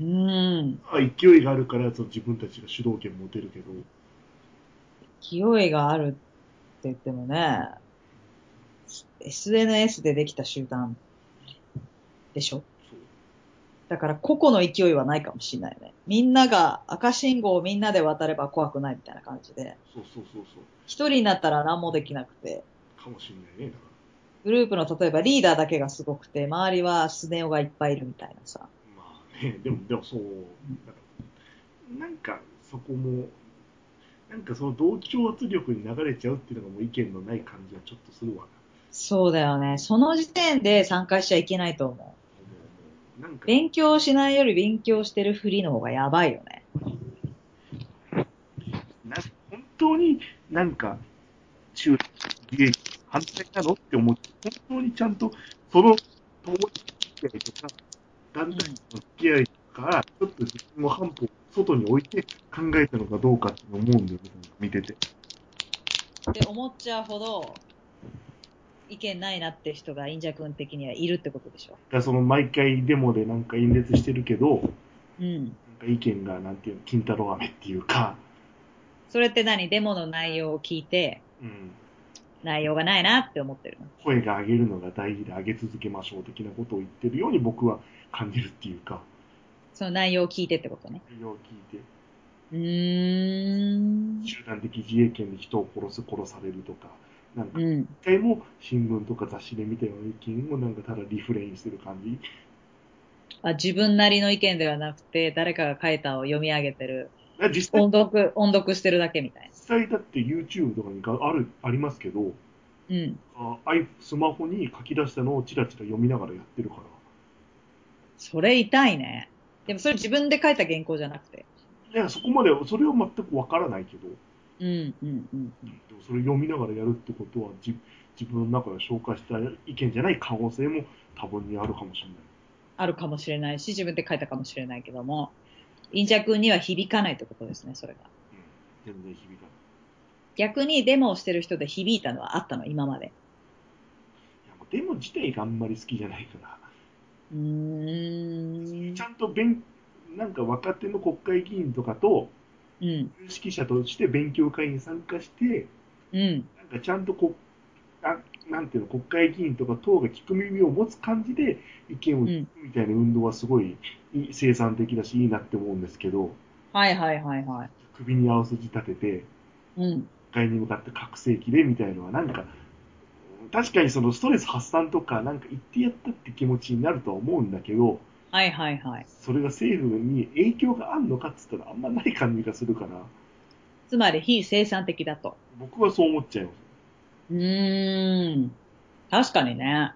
[SPEAKER 1] うん。
[SPEAKER 2] まあ勢いがあるからその自分たちが主導権持てるけど、
[SPEAKER 1] 勢いがあるって言ってもね、SNS でできた集団でしょ
[SPEAKER 2] そう
[SPEAKER 1] だから個々の勢いはないかもしれないね。みんなが赤信号をみんなで渡れば怖くないみたいな感じで。
[SPEAKER 2] そうそうそうそう
[SPEAKER 1] 一人になったら何もできなくて、
[SPEAKER 2] かもしれないね。だか
[SPEAKER 1] グループの例えばリーダーだけがすごくて、周りはスネ夫がいっぱいいるみたいなさ。
[SPEAKER 2] らまあね、 でもでもそう、だからなんかそこも、なんかその同調圧力に流れちゃうっていうのがもう意見のない感じはちょっとするわな。
[SPEAKER 1] そうだよね。その時点で参加しちゃいけないと思う。
[SPEAKER 2] もうもうなんか
[SPEAKER 1] 勉強しないより勉強してるふりの方がやばいよね。
[SPEAKER 2] な本当当になんか、中利益反対なのって思って、本当にちゃんと、その友達付き合いとか、団体の付き合いから、ちょっと自分の半歩を外に置いて考えたのかどうかって思うんだよね、見てて。
[SPEAKER 1] って思っちゃうほど、意見ないなって人が、インジャ君的にはいるってことでしょ。
[SPEAKER 2] だからその毎回デモでなんか演説してるけど、
[SPEAKER 1] うん。
[SPEAKER 2] なんか意見がなんていうの、金太郎飴っていうか、
[SPEAKER 1] それって何デモの内容を聞いて、
[SPEAKER 2] うん、
[SPEAKER 1] 内容がないなって思ってるの。
[SPEAKER 2] 声が上げるのが大事で上げ続けましょう的なことを言ってるように僕は感じるっていうか、
[SPEAKER 1] その内容を聞いてってことね。
[SPEAKER 2] それを聞いて、
[SPEAKER 1] うーん。
[SPEAKER 2] 集団的自衛権で人を殺す、殺されるとか、なんか
[SPEAKER 1] う
[SPEAKER 2] 一
[SPEAKER 1] ん。
[SPEAKER 2] 回も新聞とか雑誌で見たような意見をなんかただリフレインしてる感じ。
[SPEAKER 1] あ自分なりの意見ではなくて、誰かが書いたを読み上げてる。
[SPEAKER 2] だから実際、
[SPEAKER 1] 音読、 音読してるだけみたい
[SPEAKER 2] 実際だって YouTube とかにかある、ありますけど、
[SPEAKER 1] な。うん。
[SPEAKER 2] あアイスマホに書き出したのをチラチラ読みながらやってるから。
[SPEAKER 1] それ痛いね。でもそれ自分で書いた原稿じゃなくて。
[SPEAKER 2] いや、そこまで、それは全くわからないけど、
[SPEAKER 1] うん、うん、うん。
[SPEAKER 2] でもそれ読みながらやるってことは、じ自分の中で消化した意見じゃない可能性も多分にあるかもしれない。
[SPEAKER 1] あるかもしれないし、自分で書いたかもしれないけども、インジャ君には響かないってことですね、それが。
[SPEAKER 2] 全然響かない。
[SPEAKER 1] 逆にデモをしてる人で響いたのはあったの、今まで。
[SPEAKER 2] いやもうデモ自体があんまり好きじゃないから、
[SPEAKER 1] うーん
[SPEAKER 2] ち。ゃんと勉なんか若手の国会議員とかと、
[SPEAKER 1] うん。
[SPEAKER 2] 有識者として勉強会に参加して、
[SPEAKER 1] うん。
[SPEAKER 2] なんかちゃんとこあなんていうの国会議員とか党が聞く耳を持つ感じで意見を聞くみたいな運動はすごいいい生産的だし、いいなって思うんですけど、
[SPEAKER 1] はいはいはいはい。
[SPEAKER 2] 首に青筋立てて、
[SPEAKER 1] うん。
[SPEAKER 2] 国会に向かって拡声器でみたいのは、なんか、確かにそのストレス発散とか、なんか言ってやったって気持ちになるとは思うんだけど、
[SPEAKER 1] はいはいはい。
[SPEAKER 2] それが政府に影響があるのかっつったらあんまない感じがするから、
[SPEAKER 1] つまり非生産的だと。
[SPEAKER 2] 僕はそう思っちゃいます。
[SPEAKER 1] うーん。確かにね。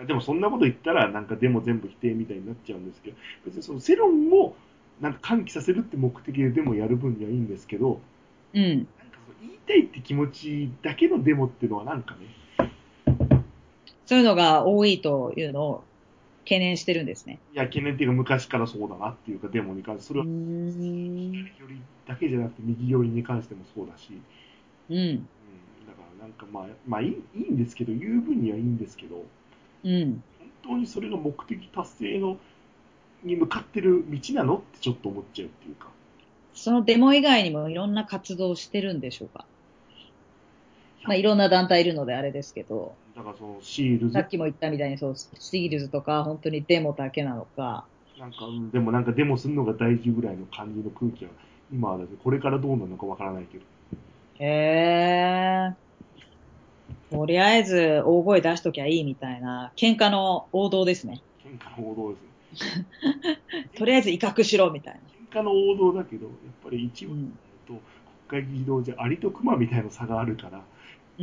[SPEAKER 2] あでもそんなこと言ったら、なんかでも全部否定みたいになっちゃうんですけど、別にその世論をなんか喚起させるって目的でデモやる分にはいいんですけど、
[SPEAKER 1] うん。
[SPEAKER 2] なんかその言いたいって気持ちだけのデモっていうのはなんかね、
[SPEAKER 1] そういうのが多いというのを懸念してるんですね。
[SPEAKER 2] いや、懸念っていうか昔からそうだなっていうか、デモに関して、それ
[SPEAKER 1] う
[SPEAKER 2] は
[SPEAKER 1] ん。
[SPEAKER 2] 左寄りだけじゃなくて右寄りに関してもそうだし、うん、
[SPEAKER 1] うん。
[SPEAKER 2] だからなんかまあ、まあいいいいんですけど、言う分にはいいんですけど、
[SPEAKER 1] うん。
[SPEAKER 2] 本当にそれが目的達成のに向かってる道なのってちょっと思っちゃうっていうか。
[SPEAKER 1] そのデモ以外にもいろんな活動をしてるんでしょうかまあ、いろんな団体いるのであれですけど、
[SPEAKER 2] だからそのシールズ
[SPEAKER 1] さっきも言ったみたいにそう、シールズとか本当にデモだけなのか、
[SPEAKER 2] なんか、うんでもなんかデモするのが大事ぐらいの感じの空気は、今はだってこれからどうなるのかわからないけど、
[SPEAKER 1] へえ。とりあえず大声出しときゃいいみたいな、喧嘩の王道ですね。
[SPEAKER 2] 喧嘩の王道ですね。
[SPEAKER 1] とりあえず威嚇しろみたい
[SPEAKER 2] 喧嘩の王道だけど、やっぱり一
[SPEAKER 1] な。
[SPEAKER 2] 部
[SPEAKER 1] う
[SPEAKER 2] と
[SPEAKER 1] ん。
[SPEAKER 2] 国会議事堂じゃアリとクマみたいな差があるから、
[SPEAKER 1] う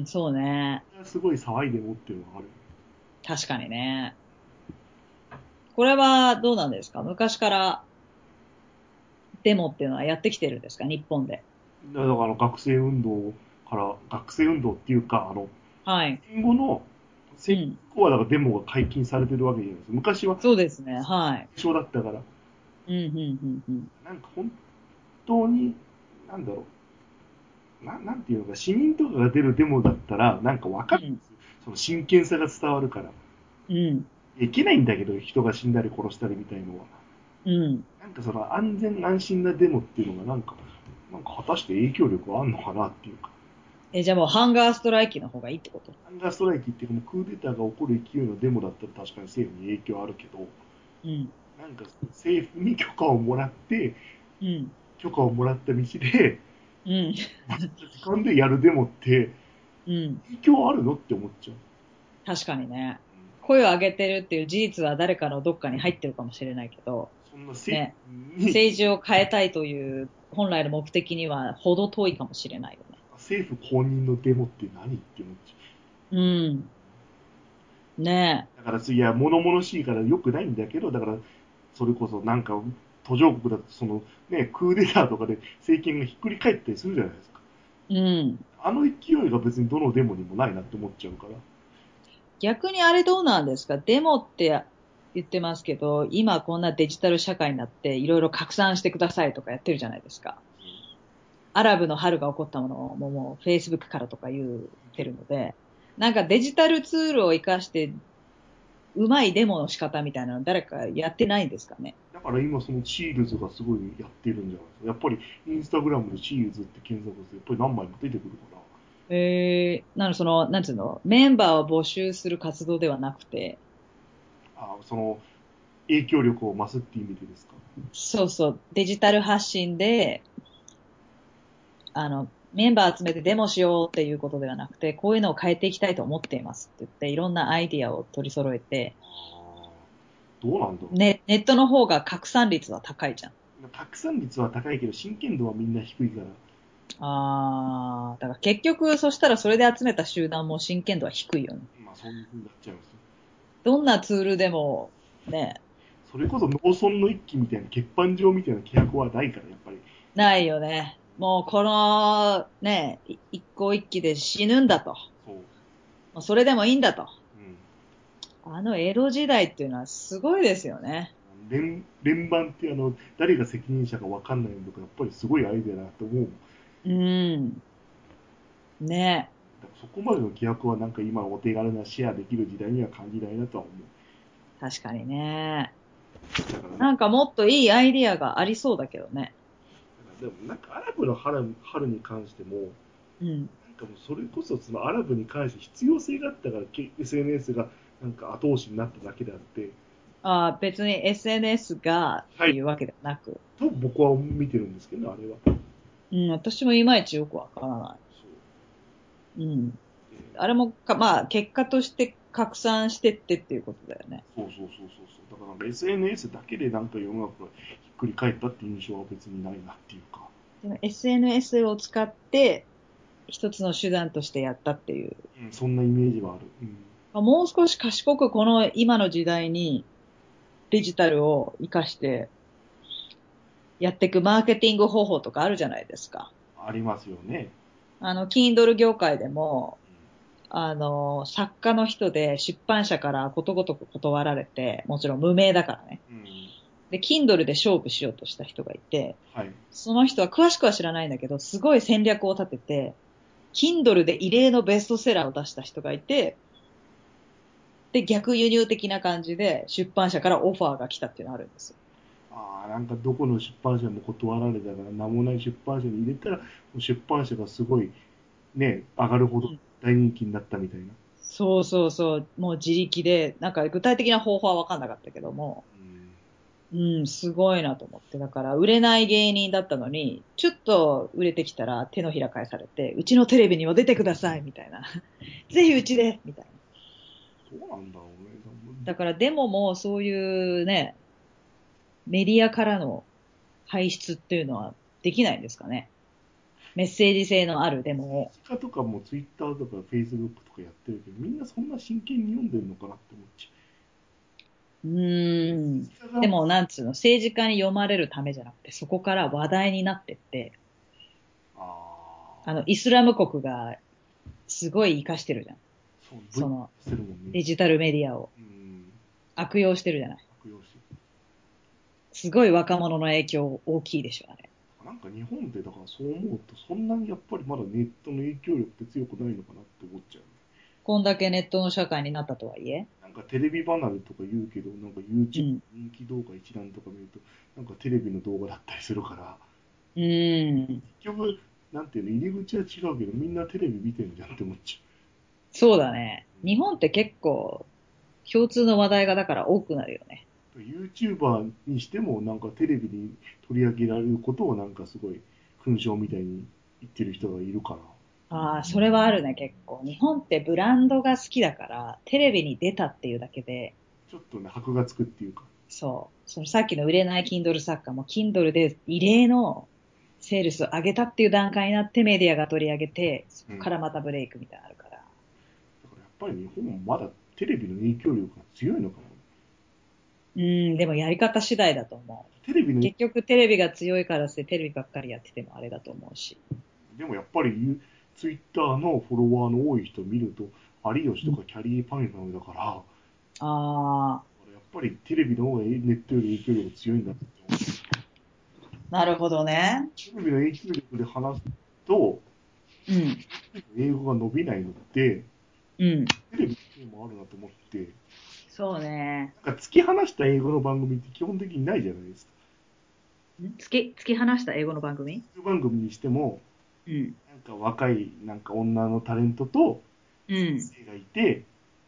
[SPEAKER 1] ん、そうね。
[SPEAKER 2] すごい騒いでもっていうのがある。
[SPEAKER 1] 確かにね。これはどうなんですか昔からデモっていうのはやってきてるんですか日本で。
[SPEAKER 2] だからあの学生運動から、学生運動っていうか、あの、
[SPEAKER 1] はい。
[SPEAKER 2] 戦後の、
[SPEAKER 1] う
[SPEAKER 2] 戦
[SPEAKER 1] ん。
[SPEAKER 2] 後はだからデモが解禁されてるわけじゃないですか。昔は
[SPEAKER 1] そうですね。はい。
[SPEAKER 2] 一緒だったから、
[SPEAKER 1] うん、うん、うん、うん。
[SPEAKER 2] なんか本当に、なんだろう、ななんていうのか、市民とかが出るデモだったら、なんかわかる、
[SPEAKER 1] うん
[SPEAKER 2] その真剣さが伝わるから、
[SPEAKER 1] うん。
[SPEAKER 2] いけないんだけど、人が死んだり殺したりみたいのは、
[SPEAKER 1] うん。
[SPEAKER 2] なんかその安全安心なデモっていうのが、なんか、なんか果たして影響力はあるのかなっていうか、
[SPEAKER 1] え、じゃあもうハンガーストライキの方がいいってこと
[SPEAKER 2] アンダーストライキっていうか、もうクーデターが起こる勢いのデモだったら確かに政府に影響あるけど、
[SPEAKER 1] うん。
[SPEAKER 2] なんか政府に許可をもらって、
[SPEAKER 1] うん。
[SPEAKER 2] 許可をもらった道で、
[SPEAKER 1] うん。
[SPEAKER 2] 時間でやるデモって、
[SPEAKER 1] うん。
[SPEAKER 2] 影響あるのって思っちゃう。
[SPEAKER 1] 確かにね。声を上げてるっていう事実は誰かのどっかに入ってるかもしれないけど、
[SPEAKER 2] そんな政府に、
[SPEAKER 1] 政治を変えたいという本来の目的にはほど遠いかもしれないよね。
[SPEAKER 2] 政府公認のデモって何って思っち
[SPEAKER 1] うん。ね
[SPEAKER 2] ゃう。だから、いや、物々しいから良くないんだけど、だから、それこそなんか、途上国だと、その、ね、クーデターとかで政権がひっくり返ったりするじゃないですか。
[SPEAKER 1] え。うん。
[SPEAKER 2] あの勢いが別にどのデモにもないなって思っちゃうから。
[SPEAKER 1] 逆にあれどうなんですかデモって言ってますけど、今こんなデジタル社会になっていろいろ拡散してくださいとかやってるじゃないですか。アラブの春が起こったものももう Facebook からとか言ってるので、なんかデジタルツールを活かして、うまいデモの仕方みたいなの誰かやってないんですかね
[SPEAKER 2] だから今そのシールズがすごいやってるんじゃないですか。やっぱりインスタグラムでシールズって検索するとやっぱり何枚も出てくるから。
[SPEAKER 1] えー、なのその、なんつうの、メンバーを募集する活動ではなくて、
[SPEAKER 2] あその影響力を増すっていう意味でですか。
[SPEAKER 1] そうそう、デジタル発信で、あの、メンバー集めてデモしようっていうことではなくて、こういうのを変えていきたいと思っていますって言って、いろんなアイディアを取り揃えて、
[SPEAKER 2] どうなんだろう、
[SPEAKER 1] ね、ネットの方が拡散率は高いじゃん。
[SPEAKER 2] 拡散率は高いけど、真剣度はみんな低いから、
[SPEAKER 1] あー、だから結局、そしたらそれで集めた集団も真剣度は低いよね。
[SPEAKER 2] まあそういうふうになっちゃいますよ
[SPEAKER 1] どんなツールでも、ね、
[SPEAKER 2] それこそ農村の一揆みたいな、欠板状みたいな気迫はないから、やっぱり。
[SPEAKER 1] ないよね。もうこの、ね、い一向一揆で死ぬんだと。
[SPEAKER 2] そう。
[SPEAKER 1] もうそれでもいいんだと。
[SPEAKER 2] うん。
[SPEAKER 1] あの江戸時代っていうのはすごいですよね。
[SPEAKER 2] 連連番ってあの、誰が責任者かわかんないのとか、やっぱりすごいアイデアだなと思うもん。だ
[SPEAKER 1] うん。ね
[SPEAKER 2] からそこまでの気迫はなんか今お手軽なシェアできる時代には感じないなとは思う。
[SPEAKER 1] え、確かにね。
[SPEAKER 2] だからね
[SPEAKER 1] なんかもっといいアイディアがありそうだけどね。
[SPEAKER 2] でもなんかアラブの春春に関しても、
[SPEAKER 1] うん。
[SPEAKER 2] なんかもうそれこそそのアラブに関して必要性があったからけ SNS がなんか後押しになっただけであって、
[SPEAKER 1] ああ、別に SNS がっていうわけではなく。
[SPEAKER 2] と僕は見てるんですけどね、あれは。
[SPEAKER 1] うん、私もいまいちよくわからな
[SPEAKER 2] そう
[SPEAKER 1] い。うん。
[SPEAKER 2] で
[SPEAKER 1] あれもか、まあ、結果として拡散してってっていうことだよね。
[SPEAKER 2] そうそうそうそうそう。だからなんか SNS だけでなんか世の中がひっくり返ったって印象は別にないなっていうか。
[SPEAKER 1] でも SNS を使って、一つの手段としてやったっていう。
[SPEAKER 2] うん、そんなイメージはある。うん。
[SPEAKER 1] まあもう少し賢くこの今の時代にデジタルを活かしてやっていくマーケティング方法とかあるじゃないですか。
[SPEAKER 2] ありますよね。
[SPEAKER 1] あの、Kindle 業界でも
[SPEAKER 2] うん、
[SPEAKER 1] あの、作家の人で出版社からことごとく断られて、もちろん無名だからね。
[SPEAKER 2] うん。
[SPEAKER 1] で、Kindle で勝負しようとした人がいて、
[SPEAKER 2] はい。
[SPEAKER 1] その人は詳しくは知らないんだけど、すごい戦略を立てて、Kindle で異例のベストセラーを出した人がいて、で、逆輸入的な感じで出版社からオファーが来たっていうのがあるんですよ。
[SPEAKER 2] ああ、なんかどこの出版社も断られたから、名もない出版社に入れたら、もう出版社がすごい、ね、上がるほど大人気になったみたいな。
[SPEAKER 1] そうそうそう、もう自力で、なんか具体的な方法はわかんなかったけども、
[SPEAKER 2] うん
[SPEAKER 1] うん、すごいなと思って。だから、売れない芸人だったのに、ちょっと売れてきたら手のひら返されて、うちのテレビにも出てください、みたいな。 ぜひうちで、みたいな。
[SPEAKER 2] どうなんだろうね。
[SPEAKER 1] だからデモもそういうね、メディアからの排出っていうのはできないんですかね。メッセージ性のあるデモを。
[SPEAKER 2] ツイッターとかもツイッターとかフェイスブックとかやってるけど、みんなそんな真剣に読んでるのかなって思っち
[SPEAKER 1] うーん。
[SPEAKER 2] ゃう。
[SPEAKER 1] で、もなんつうの、政治家に読まれるためじゃなくて、そこから話題になってって、
[SPEAKER 2] あ
[SPEAKER 1] あ
[SPEAKER 2] あ、
[SPEAKER 1] の、イスラム国がすごい活かしてるじゃん。
[SPEAKER 2] そう、
[SPEAKER 1] その
[SPEAKER 2] ブックしてるもん
[SPEAKER 1] デ
[SPEAKER 2] ね。
[SPEAKER 1] ジタルメディアを
[SPEAKER 2] うん、
[SPEAKER 1] 悪用してるじゃない。
[SPEAKER 2] 悪用してる。
[SPEAKER 1] すごい若者の影響大きいでしょ、あれ。
[SPEAKER 2] なんか日本でだからそう思うと、そんなにやっぱりまだネットの影響力って強くないのかなって思っちゃう。
[SPEAKER 1] こんだけネットの社会になったとはいえ。
[SPEAKER 2] なんかテレビ離れとか言うけど、なんか YouTube
[SPEAKER 1] ん。
[SPEAKER 2] 人気動画一覧とか見ると、なんかテレビの動画だったりするから、
[SPEAKER 1] うーん。
[SPEAKER 2] 結局、なんていうの、入り口は違うけど、みんなテレビ見てるじゃんって思っち
[SPEAKER 1] そうだね。日本って結構、共通の話題がだから多くなるよね。
[SPEAKER 2] ゃう。YouTuber にしても、なんかテレビに取り上げられることをなんかすごい勲章みたいに言ってる人がいるから、
[SPEAKER 1] ああ、それはあるね、結構。日本ってブランドが好きだから、テレビに出たっていうだけで、
[SPEAKER 2] ちょっとね、箔がつくっていうか、
[SPEAKER 1] そう。そのさっきの売れない Kindle 作家も Kindle で異例のセールスを上げたっていう段階になってメディアが取り上げて、そこからまたブレイクみたいなのあるから。
[SPEAKER 2] だからやっぱり日本もまだテレビの影響力が強いのかな。
[SPEAKER 1] うん、でもやり方次第だと思う。
[SPEAKER 2] テレビの
[SPEAKER 1] 結局テレビが強いからしてテレビばっかりやっててもあれだと思うし。
[SPEAKER 2] でもやっぱり、ツイッターのフォロワーの多い人見ると、有吉とかキャリーパンなのだから、
[SPEAKER 1] あ
[SPEAKER 2] やっぱりテレビの方がネットより影響力強いんだって思う。
[SPEAKER 1] あ、なるほどね。
[SPEAKER 2] テレビの影響力で話すと、
[SPEAKER 1] うん。
[SPEAKER 2] 英語が伸びないのって、
[SPEAKER 1] うん。
[SPEAKER 2] テレビっていうのもあるなと思って、
[SPEAKER 1] そうね。
[SPEAKER 2] なんか突き放した英語の番組って基本的にないじゃないですか。
[SPEAKER 1] ん突き、突き放した英語の番組
[SPEAKER 2] そういう番組にしても、
[SPEAKER 1] うん。
[SPEAKER 2] なんか若いなんか女のタレントと
[SPEAKER 1] うん。
[SPEAKER 2] 性がいて、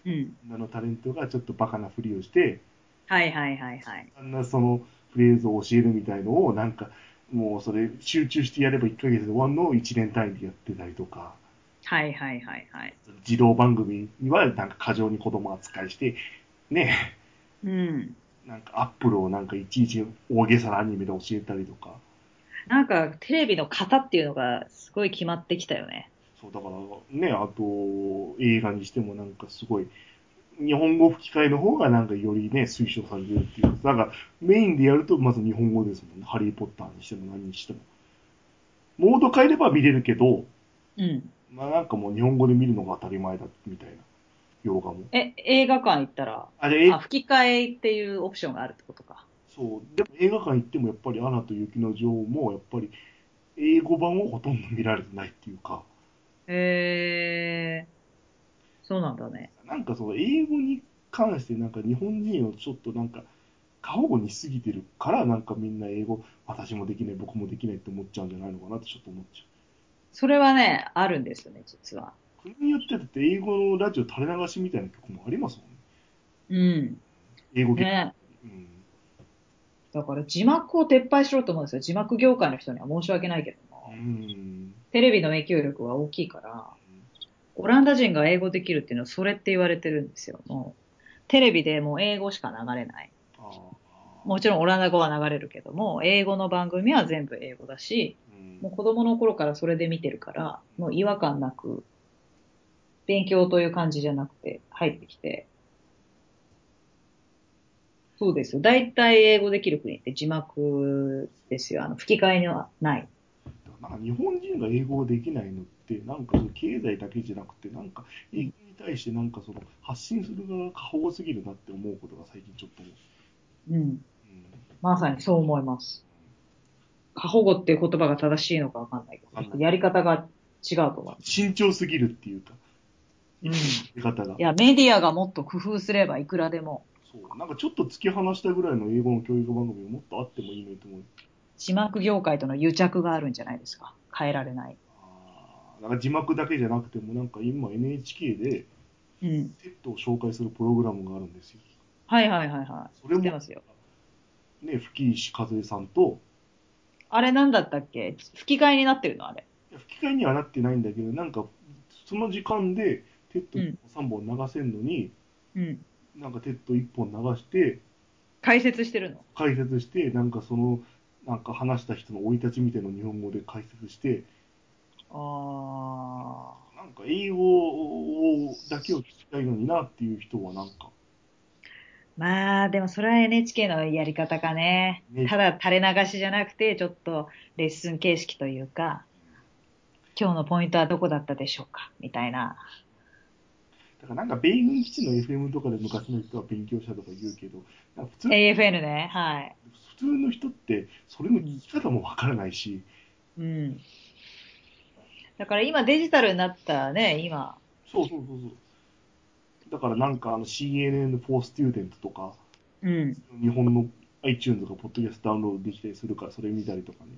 [SPEAKER 1] うん。
[SPEAKER 2] 女のタレントがちょっとバカなふりをして、
[SPEAKER 1] はいはいはいはい。
[SPEAKER 2] あんなそのフレーズを教えるみたいのを、なんか、もうそれ集中してやれば1ヶ月で終わるのを1年単位でやってたりとか、
[SPEAKER 1] はいはいはいはい。
[SPEAKER 2] 児童番組にはなんか過剰に子供扱いして、ね、
[SPEAKER 1] うん。
[SPEAKER 2] なんかアップルをなんかいちいち大げさなアニメで教えたりとか、
[SPEAKER 1] なんか、テレビの型っていうのがすごい決まってきたよね。
[SPEAKER 2] そうだからね、あと映画にしてもなんかすごい、日本語吹き替えの方がなんかよりね、推奨されてるっていうか、なんかメインでやるとまず日本語ですもんね。ハリーポッターにしても何にしても。モード変えれば見れるけど、
[SPEAKER 1] うん。
[SPEAKER 2] まあなんかもう日本語で見るのが当たり前だみたいな、洋画も。
[SPEAKER 1] え、映画館行ったら、
[SPEAKER 2] あれ、え
[SPEAKER 1] あ、吹き替えっていうオプションがあるってことか。
[SPEAKER 2] そう、でも映画館行ってもやっぱりアナと雪の女王もやっぱり英語版をほとんど見られてないっていうか、
[SPEAKER 1] へえー。そうなんだね。
[SPEAKER 2] なんかその英語に関してなんか日本人をちょっとなんか過保護にしすぎてるからなんかみんな英語私もできない僕もできないって思っちゃうんじゃないのかなってちょっと思っちゃ
[SPEAKER 1] それはね、あるんですよね、実は。
[SPEAKER 2] う。国によってだって英語のラジオ垂れ流しみたいな曲もありますもんね。
[SPEAKER 1] うん。
[SPEAKER 2] 英語劇、
[SPEAKER 1] ね。
[SPEAKER 2] うん。
[SPEAKER 1] だから字幕を撤廃しろと思うんですよ。字幕業界の人には申し訳ないけども。
[SPEAKER 2] うん。
[SPEAKER 1] テレビの影響力は大きいから、オランダ人が英語できるっていうのはそれって言われてるんですよ。もう、テレビでもう英語しか流れない。
[SPEAKER 2] ああ。
[SPEAKER 1] もちろんオランダ語は流れるけども、英語の番組は全部英語だし、
[SPEAKER 2] うん
[SPEAKER 1] もう子供の頃からそれで見てるから、もう違和感なく、勉強という感じじゃなくて入ってきて。そうですよ。大体英語できる国って字幕ですよ。あの、吹き替えにはない。
[SPEAKER 2] なんか日本人が英語ができないのって、なんかその経済だけじゃなくて、なんか英語に対してなんかその発信する側が過保護すぎるなって思うことが最近ちょっと思う。
[SPEAKER 1] うん。
[SPEAKER 2] うん、
[SPEAKER 1] まさにそう思います。過保護っていう言葉が正しいのかわかんないけ
[SPEAKER 2] わかんな
[SPEAKER 1] ど、
[SPEAKER 2] い
[SPEAKER 1] やり方が違うと思いま
[SPEAKER 2] 慎重すぎるっていうか、
[SPEAKER 1] うん
[SPEAKER 2] 言い方が
[SPEAKER 1] す。い。や、メディアがもっと工夫すればいくらでも、
[SPEAKER 2] そう。なんかちょっと突き放したぐらいの英語の教育番組ももっとあってもいいのにと思う。
[SPEAKER 1] 字幕業界との癒着があるんじゃないですか。変えられない。
[SPEAKER 2] あーなんか字幕だけじゃなくても、なんか今 NHK で
[SPEAKER 1] うん。
[SPEAKER 2] ペットを紹介するプログラムがあるんですよ。
[SPEAKER 1] はいはいはいは
[SPEAKER 2] それ
[SPEAKER 1] い。
[SPEAKER 2] も
[SPEAKER 1] 出ますよ。
[SPEAKER 2] ね、吹石和恵さんと、
[SPEAKER 1] あれなんだったっけ吹き替えになってるのあれ。
[SPEAKER 2] いや吹き替えにはなってないんだけど、なんか、その時間で、テッド3本流せんのに、
[SPEAKER 1] うん。
[SPEAKER 2] なんかテッド1本流して、
[SPEAKER 1] 解説してるの。
[SPEAKER 2] 解説して、なんかその、なんか話した人の生い立ちみたいなのを日本語で解説して、
[SPEAKER 1] あ
[SPEAKER 2] なんか英語をだけを聞きたいのになっていう人はなんか、
[SPEAKER 1] ー。まあ、でもそれは NHK のやり方かね。
[SPEAKER 2] ね
[SPEAKER 1] ただ垂れ流しじゃなくて、ちょっとレッスン形式というか、今日のポイントはどこだったでしょうかみたいな。
[SPEAKER 2] だからなんか米軍基地の FM とかで昔の人は勉強したとか言うけど、なんか普通
[SPEAKER 1] AFN ね。はい。
[SPEAKER 2] 普通の人って、それの聞き方もわからないし、
[SPEAKER 1] うん。だから今デジタルになったね、今。
[SPEAKER 2] そうそうそうそう。だからなんかあの CNN for Student とか、
[SPEAKER 1] うん。
[SPEAKER 2] 日本の iTunes とかポッドキャストダウンロードできたりするから、それ見たりとかね。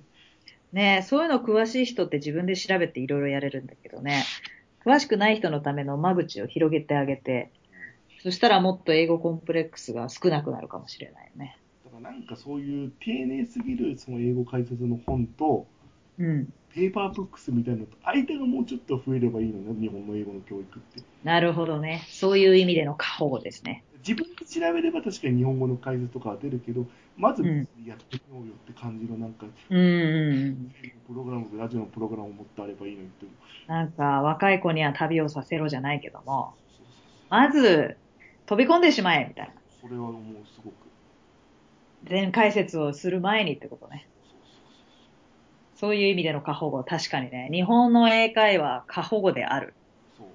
[SPEAKER 1] ねえ、そういうの詳しい人って自分で調べていろいろやれるんだけどね。詳しくない人のための間口を広げてあげて、そしたらもっと英語コンプレックスが少なくなるかもしれないよね。
[SPEAKER 2] だからなんかそういう丁寧すぎるその英語解説の本と、
[SPEAKER 1] うん。
[SPEAKER 2] ペーパーブックスみたいなのと、間がもうちょっと増えればいいのね、日本の英語の教育って。
[SPEAKER 1] なるほどね。そういう意味での過保護ですね。
[SPEAKER 2] 自分で調べれば確かに日本語の解説とかは出るけど、まず
[SPEAKER 1] うん
[SPEAKER 2] やってみようよって感じのなんか、
[SPEAKER 1] うんうんうん。
[SPEAKER 2] プログラム、ラジオのプログラムを持ってあればいいのにって思う。
[SPEAKER 1] なんか若い子には旅をさせろじゃないけども、
[SPEAKER 2] そうそう
[SPEAKER 1] まず飛び込んでしまえみたいな。
[SPEAKER 2] そうそれはもうすごく。
[SPEAKER 1] 全解説をする前にってことね。
[SPEAKER 2] そうそうそうそう
[SPEAKER 1] そういう意味での過保護、確かにね。日本の英会話、過保護である。
[SPEAKER 2] そう。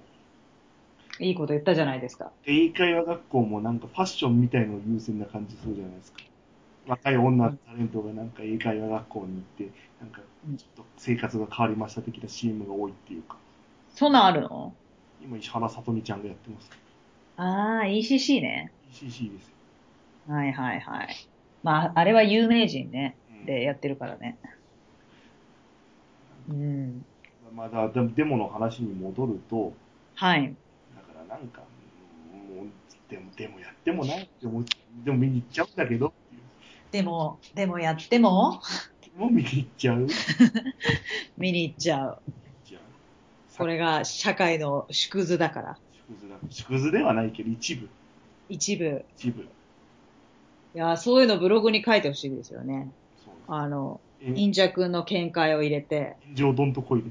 [SPEAKER 1] いいこと言ったじゃないですか。
[SPEAKER 2] で英会話学校もなんかファッションみたいの優先な感じするじゃないですか。若い女のタレントがなんか英会話学校に行って、なんかちょっと生活が変わりました的な CM が多いっていうか、
[SPEAKER 1] そんなんあるの
[SPEAKER 2] 今石原さとみちゃんがやってます。
[SPEAKER 1] ああ、ECC ね。
[SPEAKER 2] ECC ですよ。
[SPEAKER 1] はいはいはい。まあ、あれは有名人ね。
[SPEAKER 2] うん
[SPEAKER 1] でやってるからね。うん。
[SPEAKER 2] まだでデモの話に戻ると、
[SPEAKER 1] はい。
[SPEAKER 2] だからなんか、もう、でも、でもやってもないって思って、でも見に行っちゃうんだけどっていう、
[SPEAKER 1] でも、でもやっても、
[SPEAKER 2] もう見に行っちゃう、見に行っ
[SPEAKER 1] 見に行っちゃう。
[SPEAKER 2] ちゃう。
[SPEAKER 1] これが社会の縮図だから。
[SPEAKER 2] 縮図だ。縮図ではないけど、一部、
[SPEAKER 1] 一部。
[SPEAKER 2] 一部。
[SPEAKER 1] いやー、そういうのブログに書いてほしいですよね。
[SPEAKER 2] そうです。
[SPEAKER 1] あの、
[SPEAKER 2] え
[SPEAKER 1] 忍者くんの見解を入れて、
[SPEAKER 2] 炎上どんとこいで。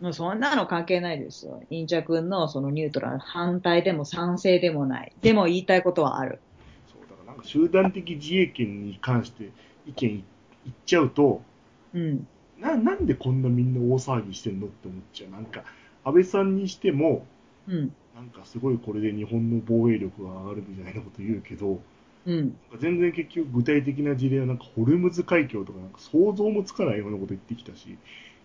[SPEAKER 1] もうそんなの関係ないですよ。忍者くんのそのニュートラル、反対でも賛成でもない。でも言いたいことはある。
[SPEAKER 2] そう、だからなんか集団的自衛権に関して意見言っちゃうと、
[SPEAKER 1] うん。
[SPEAKER 2] な、なんでこんなみんな大騒ぎしてんのって思っちゃう。なんか、安倍さんにしても、
[SPEAKER 1] うん。
[SPEAKER 2] なんかすごいこれで日本の防衛力が上がるみたいなこと言うけど、
[SPEAKER 1] うん。
[SPEAKER 2] なんか全然結局具体的な事例はなんかホルムズ海峡とかなんか想像もつかないようなこと言ってきたし、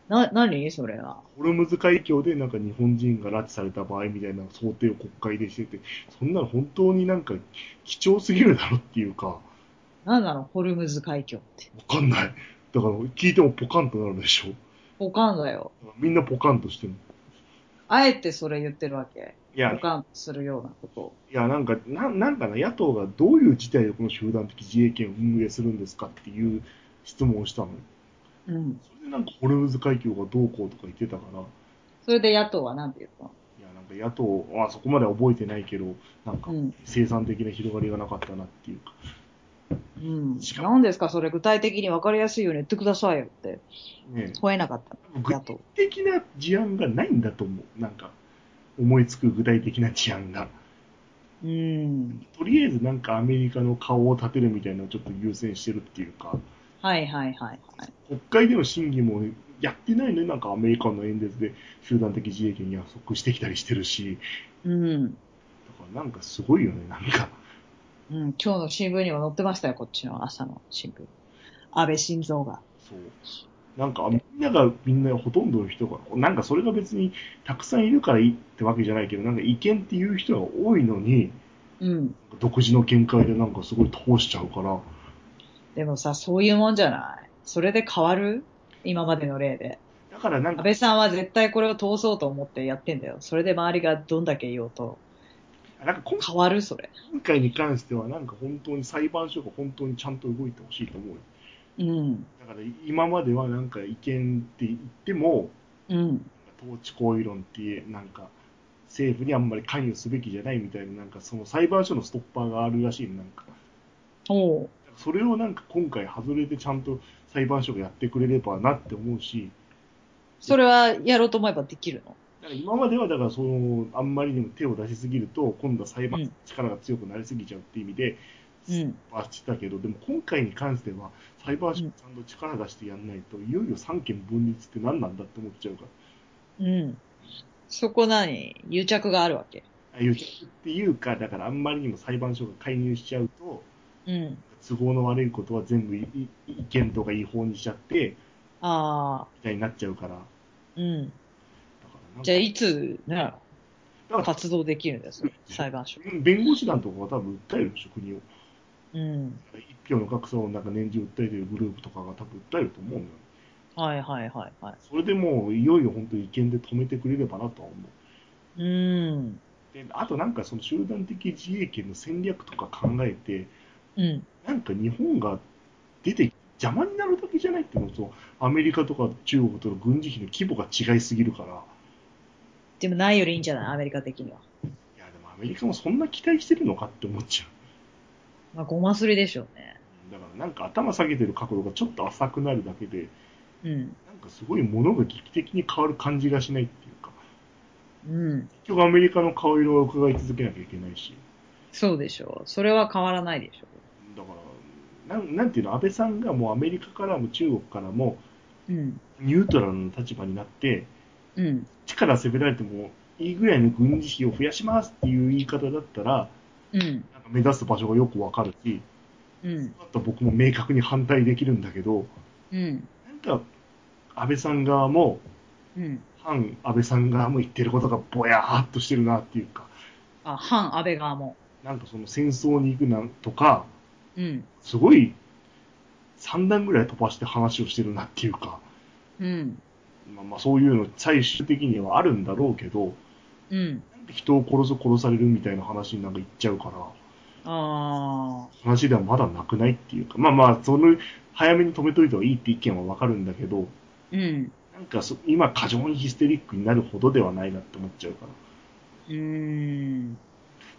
[SPEAKER 1] な、何それは。
[SPEAKER 2] ホルムズ海峡でなんか日本人が拉致された場合みたいな想定を国会でしてて、そんなの本当になんか貴重すぎるだろっていうか、
[SPEAKER 1] なんなのホルムズ海峡って。
[SPEAKER 2] わかんない。だから聞いてもポカンとなるでしょ。
[SPEAKER 1] ポカンだよ。
[SPEAKER 2] みんなポカンとしてる。
[SPEAKER 1] あえてそれ言ってるわけ。
[SPEAKER 2] いや、
[SPEAKER 1] ポカンするようなことを。
[SPEAKER 2] いやなんかな、なんかな、野党がどういう事態でこの集団的自衛権を運営するんですかっていう質問をしたのよ。
[SPEAKER 1] うん。
[SPEAKER 2] それでなんかホルムズ海峡がどうこうとか言ってたから、
[SPEAKER 1] それで野党は何て言ったの
[SPEAKER 2] いや、なんか野党はそこまでは覚えてないけど、なんか
[SPEAKER 1] うん。
[SPEAKER 2] 生産的な広がりがなかったなっていうか、
[SPEAKER 1] うん
[SPEAKER 2] し。かも
[SPEAKER 1] 何ですかそれ具体的に分かりやすいように言ってくださいよって。
[SPEAKER 2] ね、
[SPEAKER 1] 吠えなかったの。
[SPEAKER 2] 具
[SPEAKER 1] 野
[SPEAKER 2] 体
[SPEAKER 1] 党。
[SPEAKER 2] 的な事案がないんだと思う。なんか、思いつく具体的な事案が。
[SPEAKER 1] うん。
[SPEAKER 2] とりあえずなんかアメリカの顔を立てるみたいなのをちょっと優先してるっていうか、
[SPEAKER 1] はいはいはいはい。
[SPEAKER 2] 国会での審議もやってないのになんかアメリカの演説で集団的自衛権に約束してきたりしてるし、
[SPEAKER 1] うん。
[SPEAKER 2] だからなんかすごいよね、なんか。
[SPEAKER 1] うん、今日の新聞にも載ってましたよ、こっちの朝の新聞。安倍晋三が。
[SPEAKER 2] そう。なんか、みんなが、みんなほとんどの人が、なんかそれが別にたくさんいるからいいってわけじゃないけど、なんか意見っていう人が多いのに、
[SPEAKER 1] うん。
[SPEAKER 2] 独自の見解でなんかすごい通しちゃうから、
[SPEAKER 1] でもさ、そういうもんじゃない。それで変わる今までの例で。
[SPEAKER 2] だからなん
[SPEAKER 1] 安
[SPEAKER 2] か、
[SPEAKER 1] 倍さんは絶対これを通そうと思ってやってんだよ。それで周りがどんだけ言おうと。
[SPEAKER 2] なんか今
[SPEAKER 1] 変わるそれ。
[SPEAKER 2] 回に関しては、なんか本当に裁判所が本当にちゃんと動いてほしいと思うよ。
[SPEAKER 1] うん。
[SPEAKER 2] だから今まではなんか意見って言っても、
[SPEAKER 1] うん。
[SPEAKER 2] 統治行為論っていう、なんか、政府にあんまり関与すべきじゃないみたいな、なんかその裁判所のストッパーがあるらしいのなんか。
[SPEAKER 1] おう。
[SPEAKER 2] それをなんか今回外れてちゃんと裁判所がやってくれればなって思うし、
[SPEAKER 1] それはやろうと思えばできるの
[SPEAKER 2] だから今まではだからその、あんまりにも手を出しすぎると、今度は裁判
[SPEAKER 1] う
[SPEAKER 2] の
[SPEAKER 1] ん
[SPEAKER 2] 力が強くなりすぎちゃうっていう意味で、
[SPEAKER 1] うん。
[SPEAKER 2] バッチだけど、でも今回に関しては、裁判所がちゃんと力出してやんないと、いよいよ三権分立って何なんだって思っちゃうから。
[SPEAKER 1] うん。そこ何癒着があるわけ。
[SPEAKER 2] あいうっていうか、だからあんまりにも裁判所が介入しちゃうと、
[SPEAKER 1] うん。
[SPEAKER 2] 都合の悪いことは全部いい違憲とか違法にしちゃって、
[SPEAKER 1] ああ。
[SPEAKER 2] みたいになっちゃうから。だか
[SPEAKER 1] うん。
[SPEAKER 2] らなん
[SPEAKER 1] じゃあ
[SPEAKER 2] か
[SPEAKER 1] いつ、ね、
[SPEAKER 2] だから
[SPEAKER 1] 活動できるんですよ。裁判所。
[SPEAKER 2] 弁護士団とかは多分訴えるでしょ、国を。
[SPEAKER 1] うん。
[SPEAKER 2] 一票の格差をなんか年中訴えてるグループとかが多分訴えると思うんだよ。
[SPEAKER 1] はいはいはいはい。
[SPEAKER 2] それでもう、いよいよ本当に違憲で止めてくれればなとは思
[SPEAKER 1] う
[SPEAKER 2] う。
[SPEAKER 1] ーん。
[SPEAKER 2] で、あとなんかその集団的自衛権の戦略とか考えて、
[SPEAKER 1] うん。
[SPEAKER 2] なんか日本が出て邪魔になるだけじゃないっていうのと、アメリカとか中国との軍事費の規模が違いすぎるから、い
[SPEAKER 1] でもないよりいいんじゃないアメリカ的には。
[SPEAKER 2] や、でもアメリカもそんな期待してるのかって思っちゃう。
[SPEAKER 1] まあ、ごますりでしょうね。
[SPEAKER 2] だからなんか頭下げてる角度がちょっと浅くなるだけで、
[SPEAKER 1] うん。
[SPEAKER 2] なんかすごいものが劇的に変わる感じがしないっていうか、
[SPEAKER 1] うん。
[SPEAKER 2] 結局アメリカの顔色を伺い続けなきゃいけないし、
[SPEAKER 1] そうでしょう。それは変わらないでしょ
[SPEAKER 2] だから、なんなんていうの、安倍さんがもうアメリカからも中国からも、
[SPEAKER 1] うん。
[SPEAKER 2] ニュートラルの立場になって、
[SPEAKER 1] うん。
[SPEAKER 2] 力攻められてもいいぐらいの軍事費を増やしますっていう言い方だったら、
[SPEAKER 1] うん。
[SPEAKER 2] なんか目指す場所がよくわかるし、
[SPEAKER 1] うん。
[SPEAKER 2] あと僕も明確に反対できるんだけど、
[SPEAKER 1] うん。
[SPEAKER 2] なんか安倍さん側も、
[SPEAKER 1] うん。
[SPEAKER 2] 反安倍さん側も言ってることがぼやーっとしてるなっていうか、
[SPEAKER 1] あ、反安倍側も。
[SPEAKER 2] なんかその戦争に行くなんとか、
[SPEAKER 1] うん。
[SPEAKER 2] すごい3段ぐらい飛ばして話をしてるなっていうか、
[SPEAKER 1] うん。
[SPEAKER 2] まあ、まあそういうの最終的にはあるんだろうけど、
[SPEAKER 1] うん。
[SPEAKER 2] なんで人を殺す殺されるみたいな話になんか行っちゃうから、
[SPEAKER 1] あ
[SPEAKER 2] 話ではまだなくないっていうか、まあまあ、その、早めに止めといた方がいいって意見はわかるんだけど、
[SPEAKER 1] あ。うん。
[SPEAKER 2] なんかそ今過剰にヒステリックになるほどではないなって思っちゃうから。
[SPEAKER 1] うーん。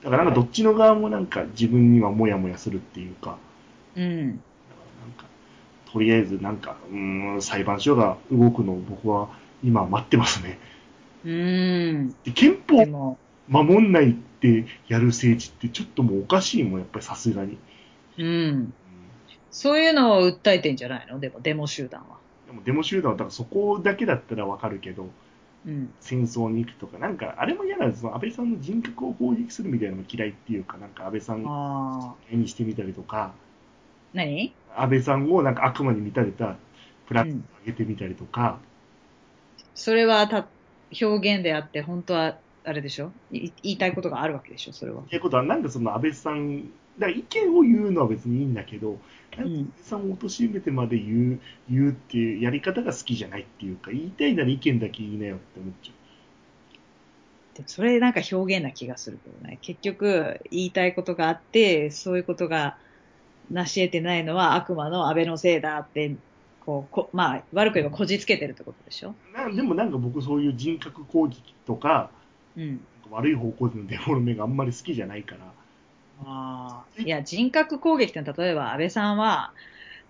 [SPEAKER 2] だからなんかどっちの側もなんか自分にはモヤモヤするっていうか、
[SPEAKER 1] うん。
[SPEAKER 2] だからなんか、とりあえずなんか、うーん、裁判所が動くのを僕は今待ってますね。
[SPEAKER 1] うーん。
[SPEAKER 2] で憲法
[SPEAKER 1] でも、
[SPEAKER 2] 守んないってやる政治ってちょっともうおかしいもん、やっぱりさすがに。
[SPEAKER 1] うん。そういうのを訴えてんじゃないのでも、デモ集団は。
[SPEAKER 2] でもデモ集団はだからそこだけだったらわかるけど、
[SPEAKER 1] うん。
[SPEAKER 2] 戦争に行くとか、なんか、あれも嫌なんですよ。安倍さんの人格を攻撃するみたいなのも嫌いっていうか、なんか安倍さんを
[SPEAKER 1] ああ。
[SPEAKER 2] 嫌いにしてみたりとか、
[SPEAKER 1] 何
[SPEAKER 2] 安倍さんをなんか悪魔に見立てたプラットを
[SPEAKER 1] うん
[SPEAKER 2] 上げてみたりとか、
[SPEAKER 1] それはた表現であって、本当は、あれでしょい言いたいことがあるわけでしょそれは
[SPEAKER 2] っ。ていうことは、なんかその安倍さん、だから意見を言うのは別にいいんだけど、
[SPEAKER 1] う
[SPEAKER 2] 安
[SPEAKER 1] ん。
[SPEAKER 2] 倍さんを貶めてまで言う、言うっていうやり方が好きじゃないっていうか、言いたいなら意見だけ言いなよって思っちゃ
[SPEAKER 1] でもそれなんか表現な気がするけどね。結局、言いたいことがあって、そういうことが成し得てないのは悪魔の安倍のせいだって、こう、こまあ、悪く言えばこじつけてるってことでしょ
[SPEAKER 2] う。なでもなんか僕そういう人格攻撃とか、
[SPEAKER 1] うん。
[SPEAKER 2] 悪い方向でのデフォルメがあんまり好きじゃないから、
[SPEAKER 1] ああ。いや、人格攻撃ってのは例えば安倍さんは、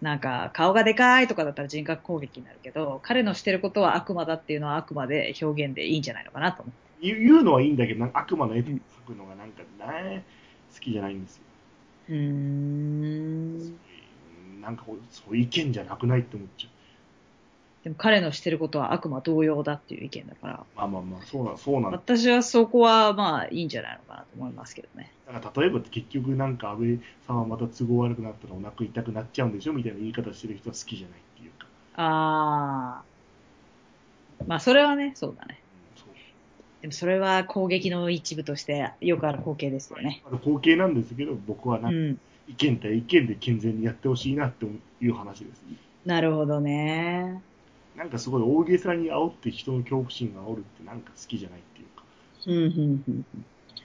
[SPEAKER 1] なんか、顔がでかいとかだったら人格攻撃になるけど、彼のしてることは悪魔だっていうのは悪魔で表現でいいんじゃないのかなと思
[SPEAKER 2] 言う言うのはいいんだけど、なんか悪魔の絵とか描くのがなんかね、好きじゃないんですよ。
[SPEAKER 1] う。うーん。
[SPEAKER 2] なんかこうそういう意見じゃなくないって思っちゃ
[SPEAKER 1] でも彼のしてることは悪魔同様だっていう意見だから、
[SPEAKER 2] う。まあまあまあ、そうなん、そうなん。だ
[SPEAKER 1] 私はそこはまあいいんじゃないのかなと思いますけどね。
[SPEAKER 2] から例えば結局なんか安倍さんはまた都合悪くなったらお腹痛くなっちゃうんでしょみたいな言い方してる人は好きじゃないっていうか。
[SPEAKER 1] ああ。まあそれはね、そうだね
[SPEAKER 2] う。んそう
[SPEAKER 1] でもそれは攻撃の一部としてよくある光景ですよね。
[SPEAKER 2] まあ後継なんですけど、僕は
[SPEAKER 1] う
[SPEAKER 2] なんか
[SPEAKER 1] ん。
[SPEAKER 2] 意見対意見で健全にやってほしいなっていう話です。
[SPEAKER 1] なるほどね。
[SPEAKER 2] なんかすごい大げさに煽って人の恐怖心が煽るってなんか好きじゃないっていうか。
[SPEAKER 1] うん、うん、うん。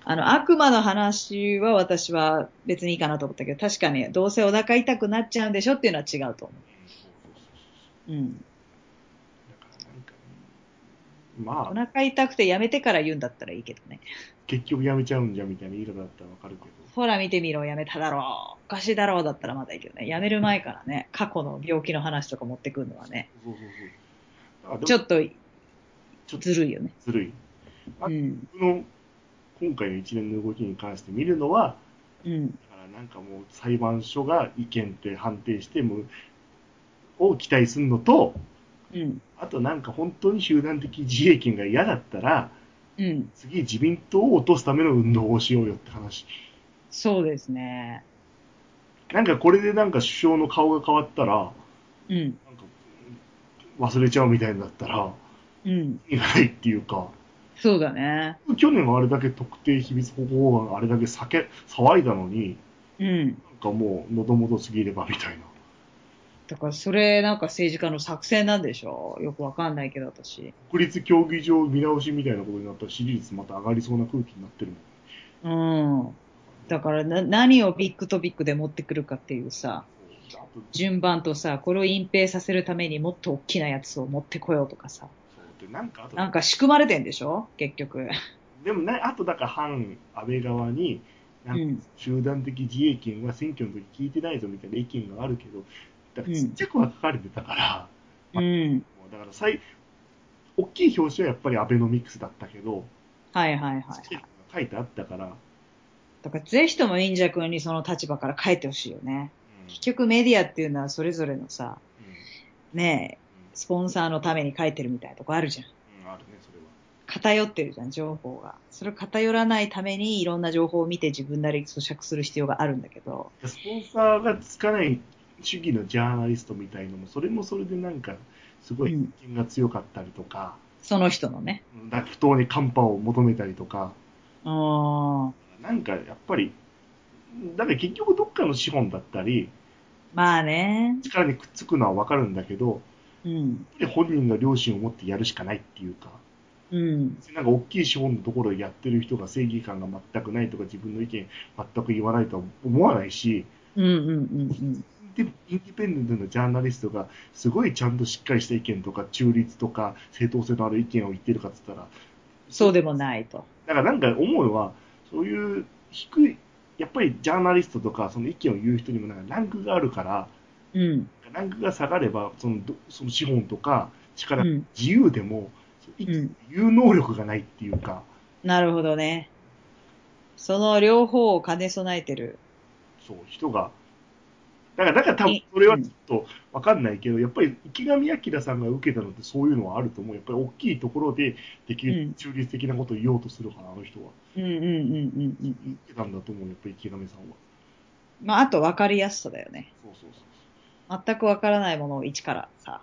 [SPEAKER 1] あの、悪魔の話は私は別にいいかなと思ったけど、確かにどうせお腹痛くなっちゃうんでしょっていうのは違うと思
[SPEAKER 2] うんそうそうそうそう
[SPEAKER 1] う。うん。
[SPEAKER 2] だからなんかね、ま
[SPEAKER 1] お
[SPEAKER 2] あ、
[SPEAKER 1] 腹痛くてやめてから言うんだったらいいけどね。
[SPEAKER 2] 結局やめちゃうんじゃみたいな言い方だったらわかるけど、
[SPEAKER 1] ほら見てみろ、やめただろう。おかしいだろうだったらまだいいけどね。やめる前からね、過去の病気の話とか持ってくるのはね、
[SPEAKER 2] そうそうそう。だからでも
[SPEAKER 1] ちょっと
[SPEAKER 2] ちょっと
[SPEAKER 1] ずるいよね。
[SPEAKER 2] ずるい。あ
[SPEAKER 1] うん。
[SPEAKER 2] 僕の今回の一連の動きに関して見るのは、
[SPEAKER 1] うん。
[SPEAKER 2] だからなんかもう裁判所が意見って判定しても、を期待するのと、
[SPEAKER 1] うん。
[SPEAKER 2] あとなんか本当に集団的自衛権が嫌だったら、
[SPEAKER 1] うん。
[SPEAKER 2] 次自民党を落とすための運動をしようよって話。
[SPEAKER 1] そうですね。
[SPEAKER 2] なんかこれでなんか首相の顔が変わったら、
[SPEAKER 1] うん。
[SPEAKER 2] なんか忘れちゃうみたいになったら、
[SPEAKER 1] うん。
[SPEAKER 2] 意味がないっていうか、
[SPEAKER 1] そうだね。
[SPEAKER 2] 去年はあれだけ特定秘密保護法案、あれだけ避け騒いだのに、
[SPEAKER 1] うん。
[SPEAKER 2] なんかもう喉元すぎればみたいな。
[SPEAKER 1] だからそれなんか政治家の作戦なんでしょうよくわかんないけど私。
[SPEAKER 2] 国立競技場見直しみたいなことになったら支持率また上がりそうな空気になってるも
[SPEAKER 1] う
[SPEAKER 2] ん。
[SPEAKER 1] ん。だからな何をビッグトピックで持ってくるかっていうさ、
[SPEAKER 2] そうあと
[SPEAKER 1] 順番とさ、これを隠蔽させるためにもっと大きなやつを持ってこようとかさ。
[SPEAKER 2] そうでなんかあと
[SPEAKER 1] なんか仕組まれてんでしょ結局。
[SPEAKER 2] でもね、あとだから反安倍側に、なんか
[SPEAKER 1] うん
[SPEAKER 2] 集団的自衛権は選挙の時聞いてないぞみたいな意見があるけど、だから
[SPEAKER 1] うん
[SPEAKER 2] ちっちゃくは書かれてたか
[SPEAKER 1] う
[SPEAKER 2] ら、
[SPEAKER 1] ん。
[SPEAKER 2] もうだから最、大きい表紙はやっぱりアベノミクスだったけど、
[SPEAKER 1] はいはいはい。
[SPEAKER 2] 書いてあったから、
[SPEAKER 1] だからぜひとも陰弱にその立場から変えてほしいよね。結局メディアっていうのはそれぞれのさ、
[SPEAKER 2] うん
[SPEAKER 1] ねスポンサーのために書いてるみたいなとこあるじゃん。
[SPEAKER 2] うん、あるね、それは。
[SPEAKER 1] 偏ってるじゃん、情報が。それ偏らないためにいろんな情報を見て自分なりに咀嚼する必要があるんだけど、
[SPEAKER 2] スポンサーがつかない主義のジャーナリストみたいのも、それもそれでなんか、すごい
[SPEAKER 1] うん
[SPEAKER 2] 偏見が強かったりとか、
[SPEAKER 1] その人のね。
[SPEAKER 2] だ不当にカンパを求めたりとか、
[SPEAKER 1] うーん。
[SPEAKER 2] なんかやっぱり、だから結局どっかの資本だったり、
[SPEAKER 1] まあね。
[SPEAKER 2] 力にくっつくのはわかるんだけど、
[SPEAKER 1] うん。
[SPEAKER 2] で本人の良心を持ってやるしかないっていうか、
[SPEAKER 1] うん。
[SPEAKER 2] なんか大きい資本のところをやってる人が正義感が全くないとか、自分の意見全く言わないとは思わないし、
[SPEAKER 1] うんうんうん
[SPEAKER 2] でもインディペンデントのジャーナリストがすごいちゃんとしっかりした意見とか中立とか正当性のある意見を言ってるかっつったら
[SPEAKER 1] そうでもないと。
[SPEAKER 2] だからなんか思うのはそういう低いやっぱりジャーナリストとかその意見を言う人にもなんかランクがあるから
[SPEAKER 1] うん。
[SPEAKER 2] ランクが下がればそのどその資本とか
[SPEAKER 1] う
[SPEAKER 2] 力自
[SPEAKER 1] ん。
[SPEAKER 2] 由でも、意
[SPEAKER 1] う
[SPEAKER 2] 見
[SPEAKER 1] ん。
[SPEAKER 2] 言う能力がないっていうか、
[SPEAKER 1] なるほどね。その両方を兼ね備えてる。
[SPEAKER 2] そう人がだからだから多分それはちょっとわかんないけど、やっぱり池上彰さんが受けたのってそういうのはあると思う。やっぱり大きいところででき
[SPEAKER 1] うん
[SPEAKER 2] る中立的なことを言おうとするから、あの人は。
[SPEAKER 1] うんうんうんうんうんうん。
[SPEAKER 2] 受けたんだと思う、やっぱり池上さんは。
[SPEAKER 1] まあ、あと分かりやすさだよね。
[SPEAKER 2] そうそうそう。
[SPEAKER 1] 全く分からないものを一からさ、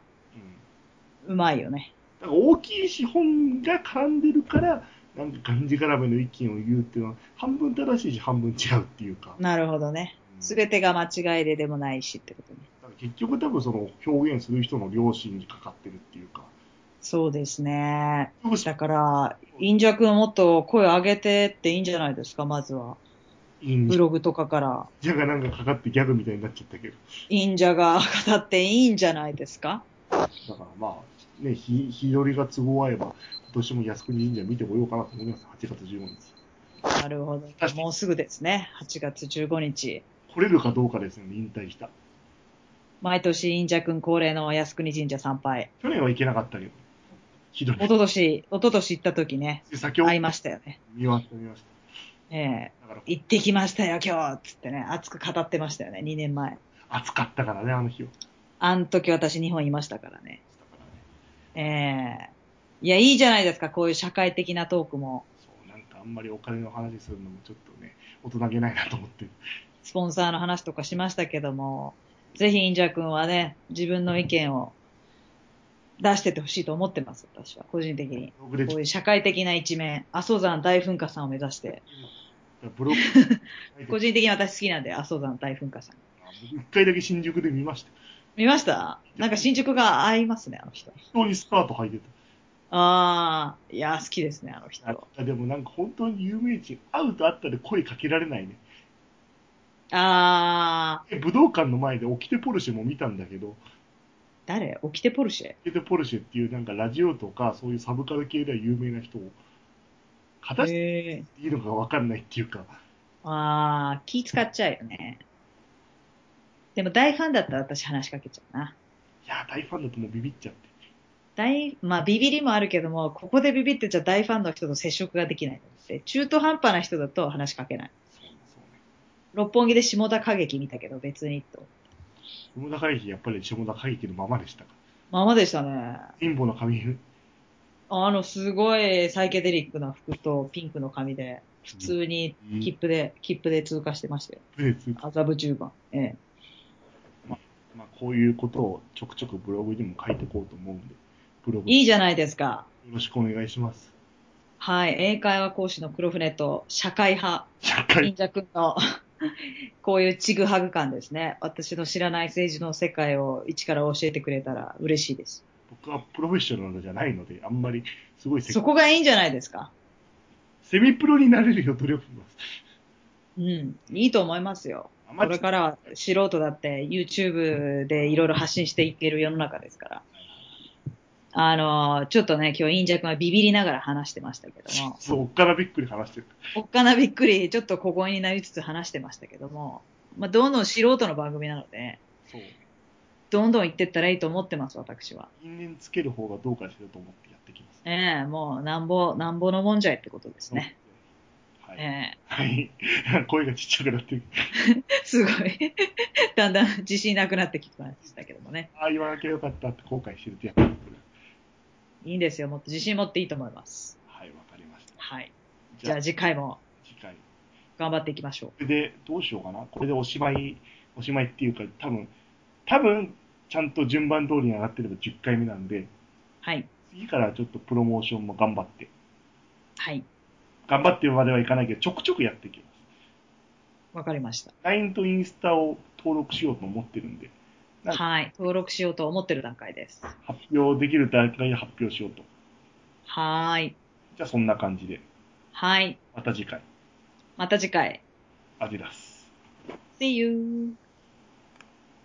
[SPEAKER 2] うん、
[SPEAKER 1] うまいよね。
[SPEAKER 2] だから大きい資本が絡んでるから、なんかがんじがらめの意見を言うっていうのは、半分正しいし、半分違うっていうか。
[SPEAKER 1] なるほどね。すべてが間違いででもないしってことね。
[SPEAKER 2] だから結局多分その表現する人の良心にかかってるっていうか。
[SPEAKER 1] そうですね。
[SPEAKER 2] 良心
[SPEAKER 1] だから、インジャ君もっと声上げてっていいんじゃないですか、まずは。
[SPEAKER 2] いいん
[SPEAKER 1] ブ
[SPEAKER 2] じゃ
[SPEAKER 1] ログとかから。
[SPEAKER 2] がなんかかかってギャグみたいになっちゃったけど。
[SPEAKER 1] インジャが語っていいんじゃないですか
[SPEAKER 2] だからまあ、ね、日日取りが都合合えば、今年も靖国神社見てこようかなと思います、8月15日。
[SPEAKER 1] なるほど。もうすぐですね。8月15日。
[SPEAKER 2] 来れるかどうかですよね、引退した。
[SPEAKER 1] 毎年、インジャ君恒例の靖国神社参拝。
[SPEAKER 2] 去年は行けなかったけど、ひどい
[SPEAKER 1] 一。昨年、一昨年行った時ね、
[SPEAKER 2] 先ほど
[SPEAKER 1] 会いましたよね。
[SPEAKER 2] 見ました、見まし
[SPEAKER 1] ええ
[SPEAKER 2] た。だから、
[SPEAKER 1] 行ってきましたよ、今日つってね、熱く語ってましたよね、2年前。
[SPEAKER 2] 暑かったからね、あの日は。
[SPEAKER 1] あの時私日本いましたからね。ええいや、いいじゃないですか、こういう社会的なトークも。
[SPEAKER 2] そう、なんかあんまりお金の話するのもちょっとね、大人げないなと思って。
[SPEAKER 1] スポンサーの話とかしましたけども、ぜひインジャ君はね、自分の意見を出してってほしいと思ってます、私は、個人的に。
[SPEAKER 2] ブログでち
[SPEAKER 1] こ
[SPEAKER 2] ょ
[SPEAKER 1] うい
[SPEAKER 2] っ
[SPEAKER 1] う社会的な一面、阿蘇山大噴火さんを目指して、
[SPEAKER 2] と、ブログ、
[SPEAKER 1] 個人的に私好きなんで、阿蘇山大噴火さん。
[SPEAKER 2] 一回だけ新宿で見ました。
[SPEAKER 1] 見ましたなんか新宿が合いますね、あの人。
[SPEAKER 2] 本当にスカート履いてた。
[SPEAKER 1] ああ、いや、好きですね、あの人。あ
[SPEAKER 2] あでもなんか本当に有名人、会うと会ったで声かけられないね。
[SPEAKER 1] あー、
[SPEAKER 2] で武道館の前で起きてポルシェも見たんだけど、
[SPEAKER 1] 誰起きてポルシェ
[SPEAKER 2] 起きてポルシェっていうなんかラジオとかそういうサブカル系では有名な人を、果たして
[SPEAKER 1] え
[SPEAKER 2] いいのかわかんないっていうか、
[SPEAKER 1] あー、気使っちゃうよね。でも大ファンだったら私話しかけちゃうな。
[SPEAKER 2] いやー、大ファンだともうビビっちゃって。
[SPEAKER 1] 大、まあビビりもあるけども、ここでビビってちゃ大ファンの人と接触ができないって。中途半端な人だと話しかけない。
[SPEAKER 2] そうね、そうね。
[SPEAKER 1] 六本木で下田歌劇見たけど別にと。
[SPEAKER 2] 下田会議、やっぱり下田会議のままでしたか。
[SPEAKER 1] ままでしたね。
[SPEAKER 2] 貧乏の髪、
[SPEAKER 1] あの、すごいサイケデリックな服とピンクの髪で、普通に切符で、切符で通過してましたよ。
[SPEAKER 2] でつ
[SPEAKER 1] 麻布十番。ええ。
[SPEAKER 2] まあ、こういうことをちょくちょくブログにも書いていこうと思うんで、ブログよ
[SPEAKER 1] いいじゃないですか。
[SPEAKER 2] ろしくお願いします。
[SPEAKER 1] はい。英会話講師の黒船と社会派、
[SPEAKER 2] 社
[SPEAKER 1] 忍
[SPEAKER 2] 会、
[SPEAKER 1] 者君の、 こういうちぐはぐ感ですね。私の知らない政治の世界を一から教えてくれたら嬉しいです。
[SPEAKER 2] 僕はプロフェッショナルじゃないので、あんまり、すごいセ
[SPEAKER 1] そこがいいんじゃないですか。
[SPEAKER 2] セミプロになれるよ、努力します。
[SPEAKER 1] うん。いいと思いますよ。
[SPEAKER 2] あ
[SPEAKER 1] こ
[SPEAKER 2] まり
[SPEAKER 1] れからは素人だって YouTube でいろいろ発信していける世の中ですから。あのーちょっとね、今日、インジャ君はビビりながら話してましたけども。
[SPEAKER 2] そう、おっからびっくり話してる。
[SPEAKER 1] おっかなびっくり、ちょっと小声になりつつ話してましたけども、まあ、どんどん素人の番組なので、
[SPEAKER 2] そう。
[SPEAKER 1] どんどん行ってったらいいと思ってます、私は。
[SPEAKER 2] 因縁つける方がどうかしてると思ってやってきます。
[SPEAKER 1] ええもう、なんぼ、なんぼのもんじゃいってことですね。
[SPEAKER 2] はい。はい。
[SPEAKER 1] ね
[SPEAKER 2] はい。 声がちっちゃくなってる。
[SPEAKER 1] えすごい。 だんだん自信なくなってきましたけどもね。
[SPEAKER 2] ああ、言わなきゃよかったって後悔してるってやつ。はい
[SPEAKER 1] いんですよ。もっと自信持っていいと思います。
[SPEAKER 2] い、わかりました。
[SPEAKER 1] はい。
[SPEAKER 2] じ
[SPEAKER 1] じゃ
[SPEAKER 2] ゃ
[SPEAKER 1] あ
[SPEAKER 2] あ、
[SPEAKER 1] 次回も
[SPEAKER 2] 次回。
[SPEAKER 1] 頑張っていきましょう。
[SPEAKER 2] これで、どうしようかな。これでおしまい、おしまいっていうか、多分、多分、ちゃんと順番通りに上がってれば10回目なんで、
[SPEAKER 1] はい。
[SPEAKER 2] 次からちょっとプロモーションも頑張って、
[SPEAKER 1] はい。
[SPEAKER 2] 頑張ってまではいかないけど、ちょくちょくやっていきます。
[SPEAKER 1] わかりました。
[SPEAKER 2] LINE とインスタを登録しようと思ってるんで、はい
[SPEAKER 1] はい。登録しようと思ってる段階です。
[SPEAKER 2] 発表できる段階で発表しようと。
[SPEAKER 1] はーい。
[SPEAKER 2] じゃあ、そんな感じで、
[SPEAKER 1] はい。
[SPEAKER 2] また次回、
[SPEAKER 1] また次回。
[SPEAKER 2] アディダス。
[SPEAKER 1] See you!